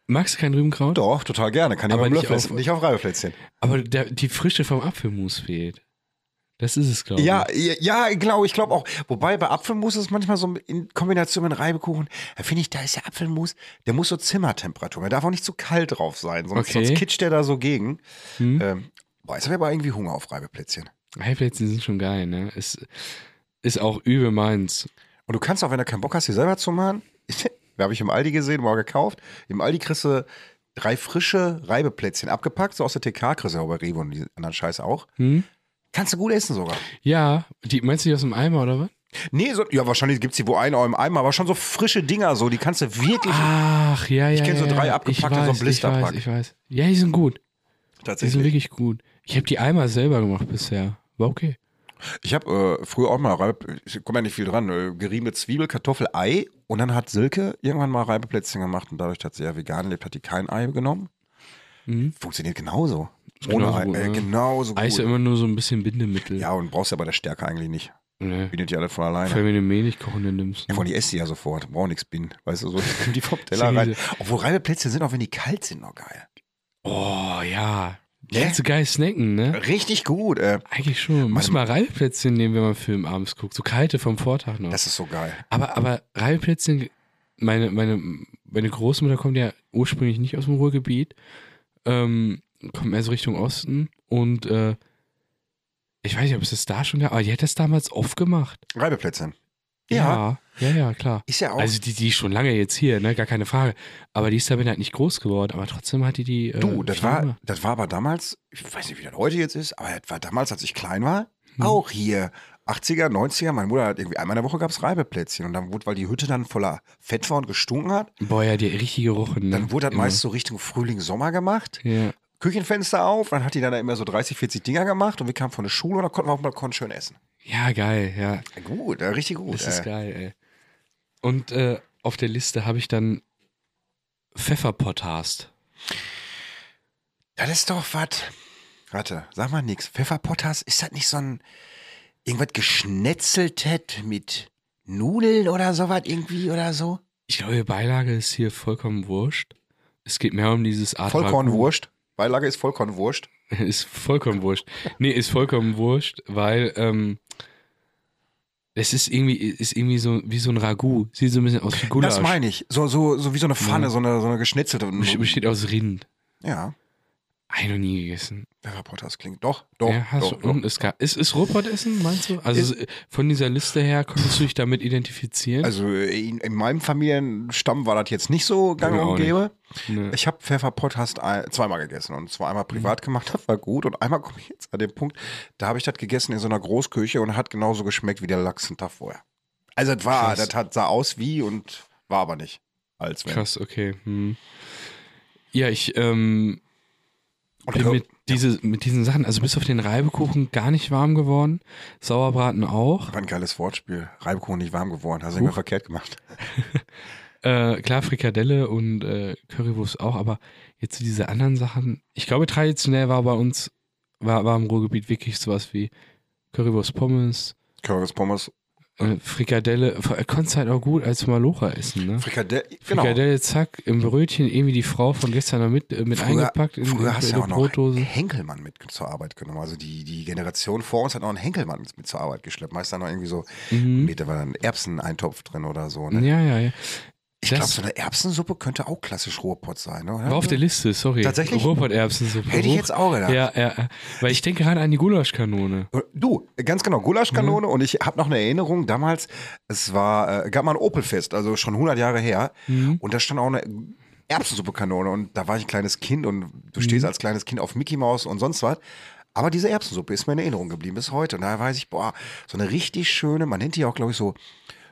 Speaker 2: Magst du kein Rübenkraut?
Speaker 3: Doch, total gerne. Kann ich
Speaker 2: Aber
Speaker 3: beim
Speaker 2: nicht
Speaker 3: Löffel
Speaker 2: auf-
Speaker 3: essen. Nicht auf Reibeplätzchen.
Speaker 2: Aber der, die Frische vom Apfelmus fehlt. Das ist es, glaube ich.
Speaker 3: Ja, ja, ja, genau, ich glaube auch. Wobei bei Apfelmus ist es manchmal so in Kombination mit Reibekuchen, da finde ich, da ist der Apfelmus, der muss so Zimmertemperatur, der darf auch nicht zu kalt drauf sein, sonst,
Speaker 2: Okay.
Speaker 3: sonst kitscht der da so gegen.
Speaker 2: Hm?
Speaker 3: Ähm, boah, jetzt habe ich aber irgendwie Hunger auf Reibeplätzchen.
Speaker 2: Haifplätzchen sind schon geil, ne? Es ist auch übel meins.
Speaker 3: Und du kannst auch, wenn du keinen Bock hast, dir selber zu machen, habe ich im Aldi gesehen, mal gekauft, im Aldi kriegst du drei frische Reibeplätzchen abgepackt, so aus der TK kriegst du ja bei Rewe und die anderen Scheiß auch.
Speaker 2: Hm?
Speaker 3: Kannst du gut essen sogar.
Speaker 2: Ja, die, meinst du die aus dem Eimer oder was?
Speaker 3: Nee, so, ja, wahrscheinlich gibt es die wo einen auch im Eimer, aber schon so frische Dinger, so, die kannst du wirklich
Speaker 2: Ah, Ach, ja, ja.
Speaker 3: Ich kenn so
Speaker 2: ja,
Speaker 3: drei
Speaker 2: ja.
Speaker 3: abgepackte,
Speaker 2: Ich
Speaker 3: so ein
Speaker 2: weiß,
Speaker 3: Blisterpack.
Speaker 2: Ich weiß, ich weiß. Ja, die sind gut. Die sind
Speaker 3: tatsächlich.
Speaker 2: wirklich gut. Ich habe die Eimer selber gemacht bisher. War okay.
Speaker 3: Ich habe äh, früher auch mal, Reibe, ich komme ja nicht viel dran, äh, geriebene Zwiebel, Kartoffel, Ei und dann hat Silke irgendwann mal Reibeplätzchen gemacht und dadurch, dass sie ja vegan lebt, hat die kein Ei genommen.
Speaker 2: Mhm.
Speaker 3: Funktioniert genauso.
Speaker 2: Ist
Speaker 3: Ohne
Speaker 2: genauso
Speaker 3: Ei,
Speaker 2: gut,
Speaker 3: äh,
Speaker 2: ne?
Speaker 3: genauso
Speaker 2: Ei ist ja
Speaker 3: gut.
Speaker 2: immer nur so ein bisschen Bindemittel.
Speaker 3: Ja, und brauchst ja bei der Stärke eigentlich nicht.
Speaker 2: Ne?
Speaker 3: Bindet ja alle von
Speaker 2: Vor allem,
Speaker 3: alleine.
Speaker 2: wenn du Mehlkochende nimmst.
Speaker 3: Ja,
Speaker 2: Ne?
Speaker 3: von die essen die ja sofort, brauchen nichts binden. Weißt du, so die vom
Speaker 2: Ist
Speaker 3: Teller
Speaker 2: ja
Speaker 3: rein. Obwohl Reibeplätzchen sind, auch wenn die kalt sind, noch geil.
Speaker 2: Oh, ja. Die
Speaker 3: Ne?
Speaker 2: kannst du geil snacken, ne?
Speaker 3: Richtig gut. Äh,
Speaker 2: Eigentlich schon. Muss mal Reibeplätzchen nehmen, wenn man Film abends guckt. So kalte vom Vortag noch.
Speaker 3: das ist so geil.
Speaker 2: aber aber Reibeplätzchen, meine, meine, meine Großmutter kommt ja ursprünglich nicht aus dem Ruhrgebiet, ähm, kommt mehr so Richtung Osten und äh, ich weiß nicht, ob es das da schon gab, aber die hat das damals oft gemacht.
Speaker 3: Reibeplätzchen.
Speaker 2: Ja, ja, klar.
Speaker 3: Ist ja auch-
Speaker 2: Also die, die ist schon lange jetzt hier, ne? Gar keine Frage. Aber die ist damit halt nicht groß geworden. Aber trotzdem hat die die. äh,
Speaker 3: Du, das
Speaker 2: Firma.
Speaker 3: war, das war aber damals, ich weiß nicht, wie das heute jetzt ist, aber das war damals, als ich klein war,
Speaker 2: Hm.
Speaker 3: auch hier. 80er, 90er, meine Mutter hat irgendwie einmal in der Woche gab es Reibeplätzchen und dann wurde, weil die Hütte dann voller Fett war und gestunken hat,
Speaker 2: Boah, ja, die hat richtig gerochen. Ne?
Speaker 3: dann wurde das
Speaker 2: Immer.
Speaker 3: meist so Richtung Frühling, Sommer gemacht.
Speaker 2: Ja.
Speaker 3: Küchenfenster auf, dann hat die dann da immer so 30, 40 Dinger gemacht und wir kamen von der Schule und da konnten wir auf dem Balkon schön essen.
Speaker 2: ja, geil, ja.
Speaker 3: Ja, Gut, ja, richtig gut.
Speaker 2: Das ist
Speaker 3: äh,
Speaker 2: geil, ey. Und äh, auf der Liste habe ich dann Pfefferpotast.
Speaker 3: das ist doch was. Warte, sag mal nix. Pfefferpottas, ist das nicht so ein irgendwas geschnetzeltet mit Nudeln oder sowas irgendwie oder so?
Speaker 2: Ich glaube, die Beilage ist hier vollkommen wurscht. Es geht mehr um dieses Art
Speaker 3: Vollkornwurst. Beilage ist Vollkornwurst.
Speaker 2: Ist vollkommen wurscht. Nee, ist vollkommen wurscht, weil ähm, es ist irgendwie, ist irgendwie so wie so ein Ragout. Sieht so ein bisschen aus wie Gulasch. Mhm.
Speaker 3: Das meine ich. So, so, so wie so eine Pfanne,
Speaker 2: Ja.
Speaker 3: so, eine, so eine geschnetzelte.
Speaker 2: Best- Besteht aus Rind.
Speaker 3: Ja,
Speaker 2: Hab ich noch nie gegessen.
Speaker 3: Pfefferpottas klingt. Doch, doch.
Speaker 2: ja, hast
Speaker 3: doch,
Speaker 2: du,
Speaker 3: doch.
Speaker 2: und es gab, ist, ist Ruhrpott-Essen, meinst du? Also es- von dieser Liste her konntest du dich damit identifizieren?
Speaker 3: Also in, in meinem Familienstamm war das jetzt nicht so gang
Speaker 2: Mir auch
Speaker 3: und gäbe.
Speaker 2: Nee.
Speaker 3: Ich habe Pfefferpotthast ein- zweimal gegessen und zwar einmal privat gemacht, das war gut. Und einmal komme ich jetzt an den Punkt, da habe ich das gegessen in so einer Großküche und hat genauso geschmeckt wie der Lachs einen Tag vorher. Also das war,
Speaker 2: Krass.
Speaker 3: das hat, sah aus wie und war aber nicht. Als wenn.
Speaker 2: Krass, okay. Hm. Ja, ich ähm,
Speaker 3: Und
Speaker 2: bin
Speaker 3: Kör-
Speaker 2: mit, diese, mit diesen Sachen, also bis auf den Reibekuchen gar nicht warm geworden. Sauerbraten auch.
Speaker 3: war ein geiles Wortspiel. Reibkuchen nicht warm geworden, hast du immer verkehrt gemacht.
Speaker 2: Äh, klar, Frikadelle und äh, Currywurst auch, aber jetzt diese anderen Sachen. Ich glaube, traditionell war bei uns, war, war im Ruhrgebiet wirklich sowas wie Currywurst Pommes,
Speaker 3: Currywurst, Pommes,
Speaker 2: äh, Frikadelle. Konntest halt auch gut als Malocha essen, ne?
Speaker 3: Frikadelle. Genau.
Speaker 2: Frikadelle, zack, im Brötchen, irgendwie die Frau von gestern noch mit, äh, mit eingepackt in,
Speaker 3: früher
Speaker 2: in
Speaker 3: hast du
Speaker 2: eine
Speaker 3: ja auch noch
Speaker 2: Brotdose.
Speaker 3: Henkelmann mit zur Arbeit genommen. Also die, die Generation vor uns hat noch einen Henkelmann mit zur Arbeit geschleppt. Meist dann noch irgendwie so,
Speaker 2: Mhm.
Speaker 3: nee, da war dann Erbseneintopf drin oder so. Ne?
Speaker 2: Ja, ja, ja.
Speaker 3: Ich
Speaker 2: Das-
Speaker 3: glaube, so eine Erbsensuppe könnte auch klassisch Ruhrpott sein, oder?
Speaker 2: War auf der Liste, sorry.
Speaker 3: Tatsächlich?
Speaker 2: Ruhrpott-Erbsensuppe.
Speaker 3: Hätte ich jetzt auch gedacht.
Speaker 2: Ja, ja, ja. Weil ich denke gerade an die Gulaschkanone.
Speaker 3: Du, ganz genau,
Speaker 2: Mhm.
Speaker 3: Gulaschkanone und ich habe noch eine Erinnerung, damals, es war, äh, gab mal ein Opelfest, also schon 100 Jahre her
Speaker 2: Mhm.
Speaker 3: und da stand auch eine Erbsensuppekanone und da war ich ein kleines Kind und du
Speaker 2: Mhm.
Speaker 3: stehst als kleines Kind auf Mickey Mouse und sonst was, aber diese Erbsensuppe ist mir in Erinnerung geblieben bis heute und da weiß ich, boah, so eine richtig schöne, man nennt die auch, glaube ich, so,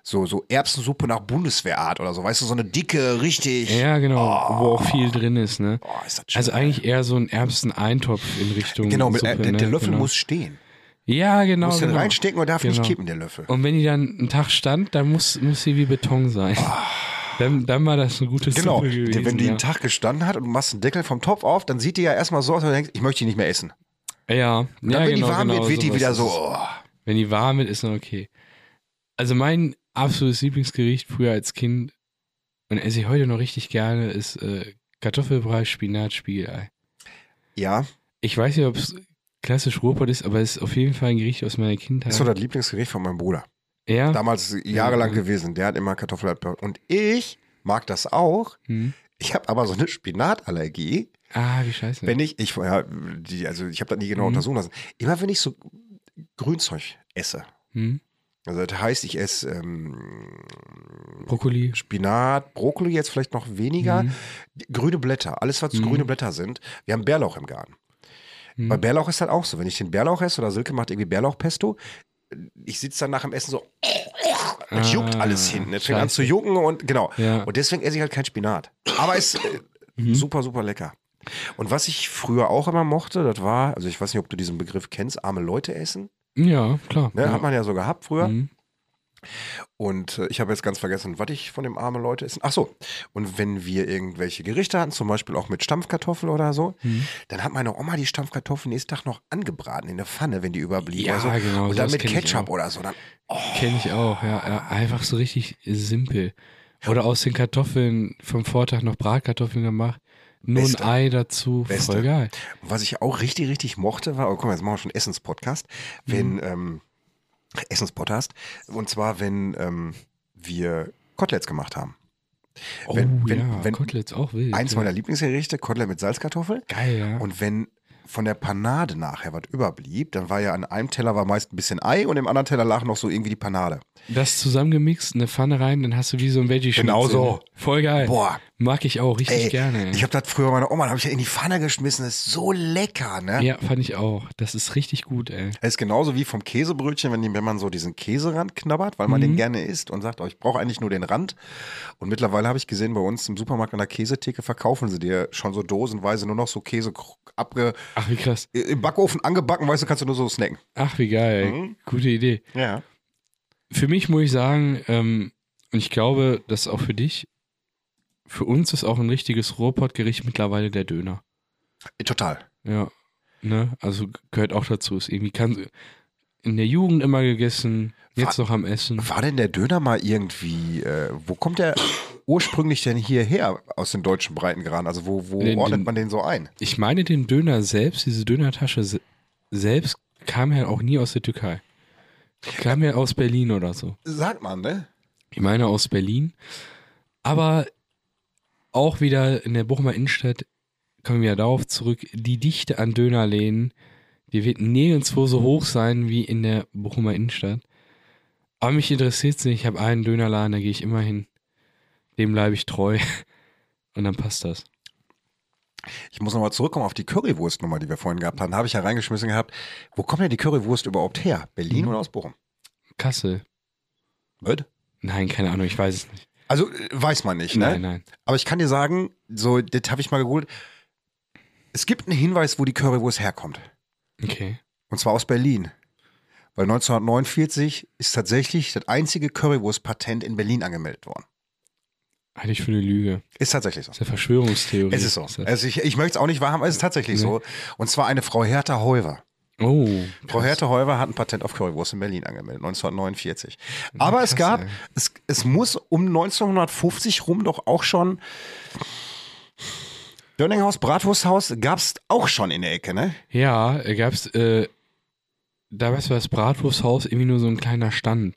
Speaker 3: so, so Erbsensuppe nach Bundeswehrart oder so, weißt du, so eine dicke, richtig,
Speaker 2: Ja, genau. Wo auch viel drin ist, ne?
Speaker 3: Oh. boah, ist das schön.
Speaker 2: Also eigentlich eher so ein Erbseneintopf in Richtung.
Speaker 3: genau, mit, äh,
Speaker 2: Suppe,
Speaker 3: der,
Speaker 2: ne?
Speaker 3: der Löffel
Speaker 2: genau.
Speaker 3: muss stehen,
Speaker 2: Ja, genau.
Speaker 3: muss den
Speaker 2: genau.
Speaker 3: reinstecken und darf nicht
Speaker 2: Genau.
Speaker 3: kippen, der Löffel.
Speaker 2: Und wenn die dann einen Tag stand, dann muss, muss sie wie Beton sein. Dann, dann war das ein gutes
Speaker 3: Ah. Genau,
Speaker 2: Suppe gewesen.
Speaker 3: wenn die
Speaker 2: ja.
Speaker 3: einen Tag gestanden hat und du machst den Deckel vom Topf auf, dann sieht die ja erstmal so aus, als denkst, ich möchte die nicht mehr essen.
Speaker 2: ja,
Speaker 3: Dann,
Speaker 2: ja, genau,
Speaker 3: wenn die warm
Speaker 2: genau,
Speaker 3: wird, wird die
Speaker 2: sowas
Speaker 3: wieder
Speaker 2: ist
Speaker 3: so.
Speaker 2: es.
Speaker 3: Oh.
Speaker 2: Wenn die warm wird, ist noch okay. Also mein absolutes Lieblingsgericht früher als Kind und esse ich heute noch richtig gerne ist äh, Kartoffelbrei, Spinat, Spiegelei.
Speaker 3: Ja,
Speaker 2: Ich weiß nicht, ob es klassisch Ruhrpott ist, aber es ist auf jeden Fall ein Gericht aus meiner Kindheit.
Speaker 3: ist so das Lieblingsgericht von meinem Bruder.
Speaker 2: ja?
Speaker 3: Damals jahrelang gewesen, der hat immer Kartoffelhalbbrot. Und ich mag das auch.
Speaker 2: Hm.
Speaker 3: Ich habe aber so eine Spinatallergie,
Speaker 2: Ah, wie scheiße.
Speaker 3: wenn ich, ich ja, die, also ich habe das nie genau
Speaker 2: Mhm.
Speaker 3: untersuchen lassen. Immer wenn ich so Grünzeug esse,
Speaker 2: hm?
Speaker 3: also das heißt, ich esse ähm,
Speaker 2: Brokkoli. Hm.
Speaker 3: Spinat, Brokkoli jetzt vielleicht noch
Speaker 2: Mhm.
Speaker 3: weniger. Die- Grüne Blätter, alles, was grüne Blätter sind. Wir haben Bärlauch im Garten.
Speaker 2: Hm. Mhm.
Speaker 3: Bei Bärlauch ist das auch so. Wenn ich den Bärlauch esse oder Silke macht irgendwie Bärlauchpesto, ich sitze dann nach dem Essen so, das juckt
Speaker 2: Ah,
Speaker 3: alles hinten. Es fängt an
Speaker 2: scheiße.
Speaker 3: zu jucken und genau.
Speaker 2: Ja. Hm.
Speaker 3: Und deswegen esse ich halt kein Spinat. Aber es ist äh,
Speaker 2: Mhm.
Speaker 3: super, super lecker. Und was ich früher auch immer mochte, das war, also ich weiß nicht, ob du diesen Begriff kennst, arme Leute essen.
Speaker 2: Ja, klar.
Speaker 3: Ne?
Speaker 2: ja.
Speaker 3: Hat man ja so gehabt früher.
Speaker 2: Mhm.
Speaker 3: Und äh, ich habe jetzt ganz vergessen, was ich von dem armen Leute essen. Ach so. Und wenn wir irgendwelche Gerichte hatten, zum Beispiel auch mit Stampfkartoffel oder so,
Speaker 2: Hm.
Speaker 3: dann hat meine Oma die Stampfkartoffeln nächsten Tag noch angebraten in der Pfanne, wenn die überblieb.
Speaker 2: Ja,
Speaker 3: also,
Speaker 2: genau,
Speaker 3: Und dann
Speaker 2: sowas
Speaker 3: mit
Speaker 2: kenn ich
Speaker 3: Ketchup
Speaker 2: auch.
Speaker 3: oder so. Dann,
Speaker 2: Kenne ich auch, ja, ja. Einfach so richtig simpel. Oder aus den Kartoffeln vom Vortag noch Bratkartoffeln gemacht. Nur
Speaker 3: Beste.
Speaker 2: ein Ei dazu.
Speaker 3: Beste.
Speaker 2: Voll geil.
Speaker 3: Und was ich auch richtig, richtig mochte, war, oh, guck mal, jetzt machen wir schon Essenspodcast, wenn,
Speaker 2: Mhm.
Speaker 3: ähm, Essenspodcast, und zwar, wenn ähm, wir Koteletts gemacht haben.
Speaker 2: Oh
Speaker 3: Wenn- wenn-
Speaker 2: ja,
Speaker 3: wenn-
Speaker 2: Koteletts auch wild.
Speaker 3: Eins
Speaker 2: ja.
Speaker 3: meiner Lieblingsgerichte, Kotelett mit Salzkartoffel.
Speaker 2: Geil, ja.
Speaker 3: Und wenn von der Panade nachher was überblieb, dann war ja an einem Teller war meist ein bisschen Ei und im anderen Teller lag noch so irgendwie die Panade.
Speaker 2: Das zusammengemixt, in eine Pfanne rein, dann hast du wie so ein veggie
Speaker 3: Genau so.
Speaker 2: Voll geil.
Speaker 3: Boah.
Speaker 2: Mag ich auch, richtig
Speaker 3: Ey,
Speaker 2: gerne.
Speaker 3: ich habe das früher meiner Oma, habe ich ja in die Pfanne geschmissen, das ist so lecker, ne?
Speaker 2: ja, fand ich auch. Das ist richtig gut, ey.
Speaker 3: Das ist genauso wie vom Käsebrötchen, wenn, die, wenn man so diesen Käserand knabbert, weil man
Speaker 2: Mhm.
Speaker 3: den gerne isst und sagt, oh, ich brauche eigentlich nur den Rand. Und mittlerweile habe ich gesehen, bei uns im Supermarkt an der Käsetheke verkaufen sie dir schon so dosenweise nur noch so Käse abge
Speaker 2: Ach, wie krass.
Speaker 3: im Backofen angebacken, weißt du, kannst du nur so snacken.
Speaker 2: Ach, wie geil.
Speaker 3: Mhm.
Speaker 2: Gute Idee.
Speaker 3: Ja.
Speaker 2: Für mich muss ich sagen, ähm, und ich glaube, das auch für dich, für uns ist auch ein richtiges Ruhrpottgericht mittlerweile der Döner.
Speaker 3: Total.
Speaker 2: Ja. Ne? Also gehört auch dazu. Ist irgendwie kann, in der Jugend immer gegessen, jetzt noch am Essen.
Speaker 3: War denn der Döner mal irgendwie, äh, wo kommt der ursprünglich denn hierher aus den deutschen Breitengraden? Also wo, wo
Speaker 2: Den-
Speaker 3: ordnet
Speaker 2: den-
Speaker 3: man den so ein?
Speaker 2: Ich meine, den Döner selbst, diese Dönertasche se selbst, kam ja auch nie aus der Türkei. Kam ja aus Berlin oder so.
Speaker 3: Sagt man, ne?
Speaker 2: Ich meine aus Berlin. Aber auch wieder in der Bochumer Innenstadt kommen wir darauf zurück. Die Dichte an Dönerläden, die wird nirgendwo so hoch sein wie in der Bochumer Innenstadt. Aber mich interessiert es nicht. Ich habe einen Dönerladen, da gehe ich immer hin. Dem bleibe ich treu. Und dann passt das.
Speaker 3: Ich muss nochmal zurückkommen auf die Currywurstnummer, die wir vorhin gehabt haben. Da habe ich ja reingeschmissen gehabt. Wo kommt denn die Currywurst überhaupt her? Berlin
Speaker 2: Mhm.
Speaker 3: oder aus Bochum?
Speaker 2: Kassel.
Speaker 3: Wird?
Speaker 2: Nein, keine Ahnung, ich weiß es nicht.
Speaker 3: Also äh, weiß man nicht, ne?
Speaker 2: Nein, nein.
Speaker 3: Aber ich kann dir sagen, so, das habe ich mal gegoogelt. Es gibt einen Hinweis, wo die Currywurst herkommt.
Speaker 2: Okay.
Speaker 3: Und zwar aus Berlin. Weil 1949 ist tatsächlich das einzige Currywurst-Patent in Berlin angemeldet worden.
Speaker 2: Halte ich für eine Lüge.
Speaker 3: Ist tatsächlich so.
Speaker 2: Das ist eine Verschwörungstheorie.
Speaker 3: Es ist so.
Speaker 2: das.
Speaker 3: Also ich, ich möchte es auch nicht wahrhaben, aber es ist tatsächlich so. Und zwar eine Frau Hertha Heuwer.
Speaker 2: oh.
Speaker 3: Frau Hertha Heuwer hat ein Patent auf Currywurst in Berlin angemeldet, 1949. Aber es gab, es, es muss um 1950 rum doch auch schon Dörninghaus, Bratwursthaus gab es auch schon in der Ecke, ne?
Speaker 2: Ja, gab es, äh, da weißt du, das Bratwursthaus irgendwie nur so ein kleiner Stand.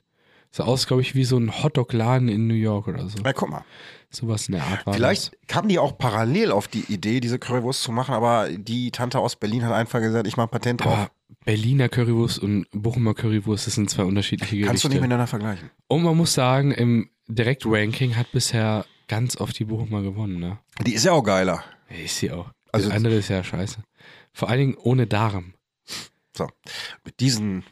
Speaker 2: Sah aus, glaube ich, wie so ein Hotdog-Laden in New York oder so.
Speaker 3: Na, guck mal.
Speaker 2: Sowas in der Art war
Speaker 3: Vielleicht kamen die auch parallel auf die Idee, diese Currywurst zu machen, aber die Tante aus Berlin hat einfach gesagt, ich mache Patent
Speaker 2: das.
Speaker 3: drauf.
Speaker 2: Aber Berliner Currywurst und Bochumer Currywurst, das sind zwei unterschiedliche Gerichte.
Speaker 3: Kannst du nicht miteinander vergleichen.
Speaker 2: und man muss sagen, im Direktranking hat bisher ganz oft die Bochumer gewonnen, ne?
Speaker 3: Die ist ja auch geiler.
Speaker 2: Ist sie auch.
Speaker 3: Also-
Speaker 2: das andere ist ja scheiße. Vor allen Dingen ohne Darm.
Speaker 3: So, mit diesen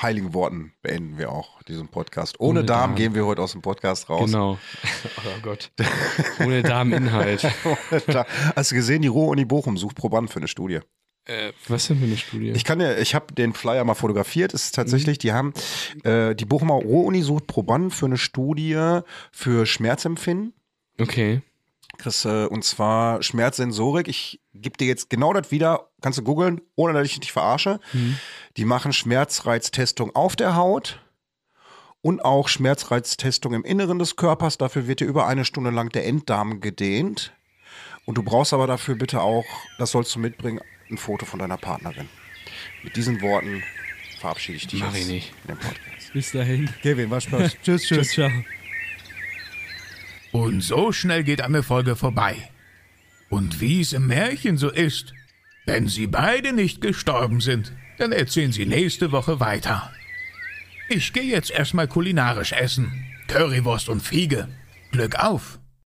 Speaker 3: heiligen Worten beenden wir auch diesen Podcast. Ohne,
Speaker 2: Ohne
Speaker 3: Darm,
Speaker 2: Darm.
Speaker 3: gehen wir heute aus dem Podcast raus.
Speaker 2: Genau. oh Gott. Ohne Darminhalt.
Speaker 3: da, hast du gesehen, die Ruhr-Uni Bochum sucht Probanden für eine Studie.
Speaker 2: äh, was denn für eine Studie?
Speaker 3: Ich kann ja, ich habe den Flyer mal fotografiert. Es ist tatsächlich, die haben, äh, die Bochumer Ruhr-Uni sucht Probanden für eine Studie für Schmerzempfinden.
Speaker 2: okay.
Speaker 3: Chris, äh, und zwar Schmerzsensorik. Ich gebe dir jetzt genau das wieder, kannst du googeln, ohne dass ich dich verarsche.
Speaker 2: Mhm.
Speaker 3: Die machen Schmerzreiztestung auf der Haut und auch Schmerzreiztestung im Inneren des Körpers. Dafür wird dir über eine Stunde lang der Enddarm gedehnt. Und du brauchst aber dafür bitte auch, das sollst du mitbringen, ein Foto von deiner Partnerin. Mit diesen Worten verabschiede ich dich
Speaker 2: Mach
Speaker 3: jetzt
Speaker 2: ich nicht.
Speaker 3: in den Podcast.
Speaker 2: Bis dahin.
Speaker 3: Kevin, war Spaß.
Speaker 2: Tschüss, ciao.
Speaker 1: Und so schnell geht eine Folge vorbei. Und wie es im Märchen so ist, wenn sie beide nicht gestorben sind, dann erzählen sie nächste Woche weiter. Ich gehe jetzt erstmal kulinarisch essen. Currywurst und Fiege. Glück auf!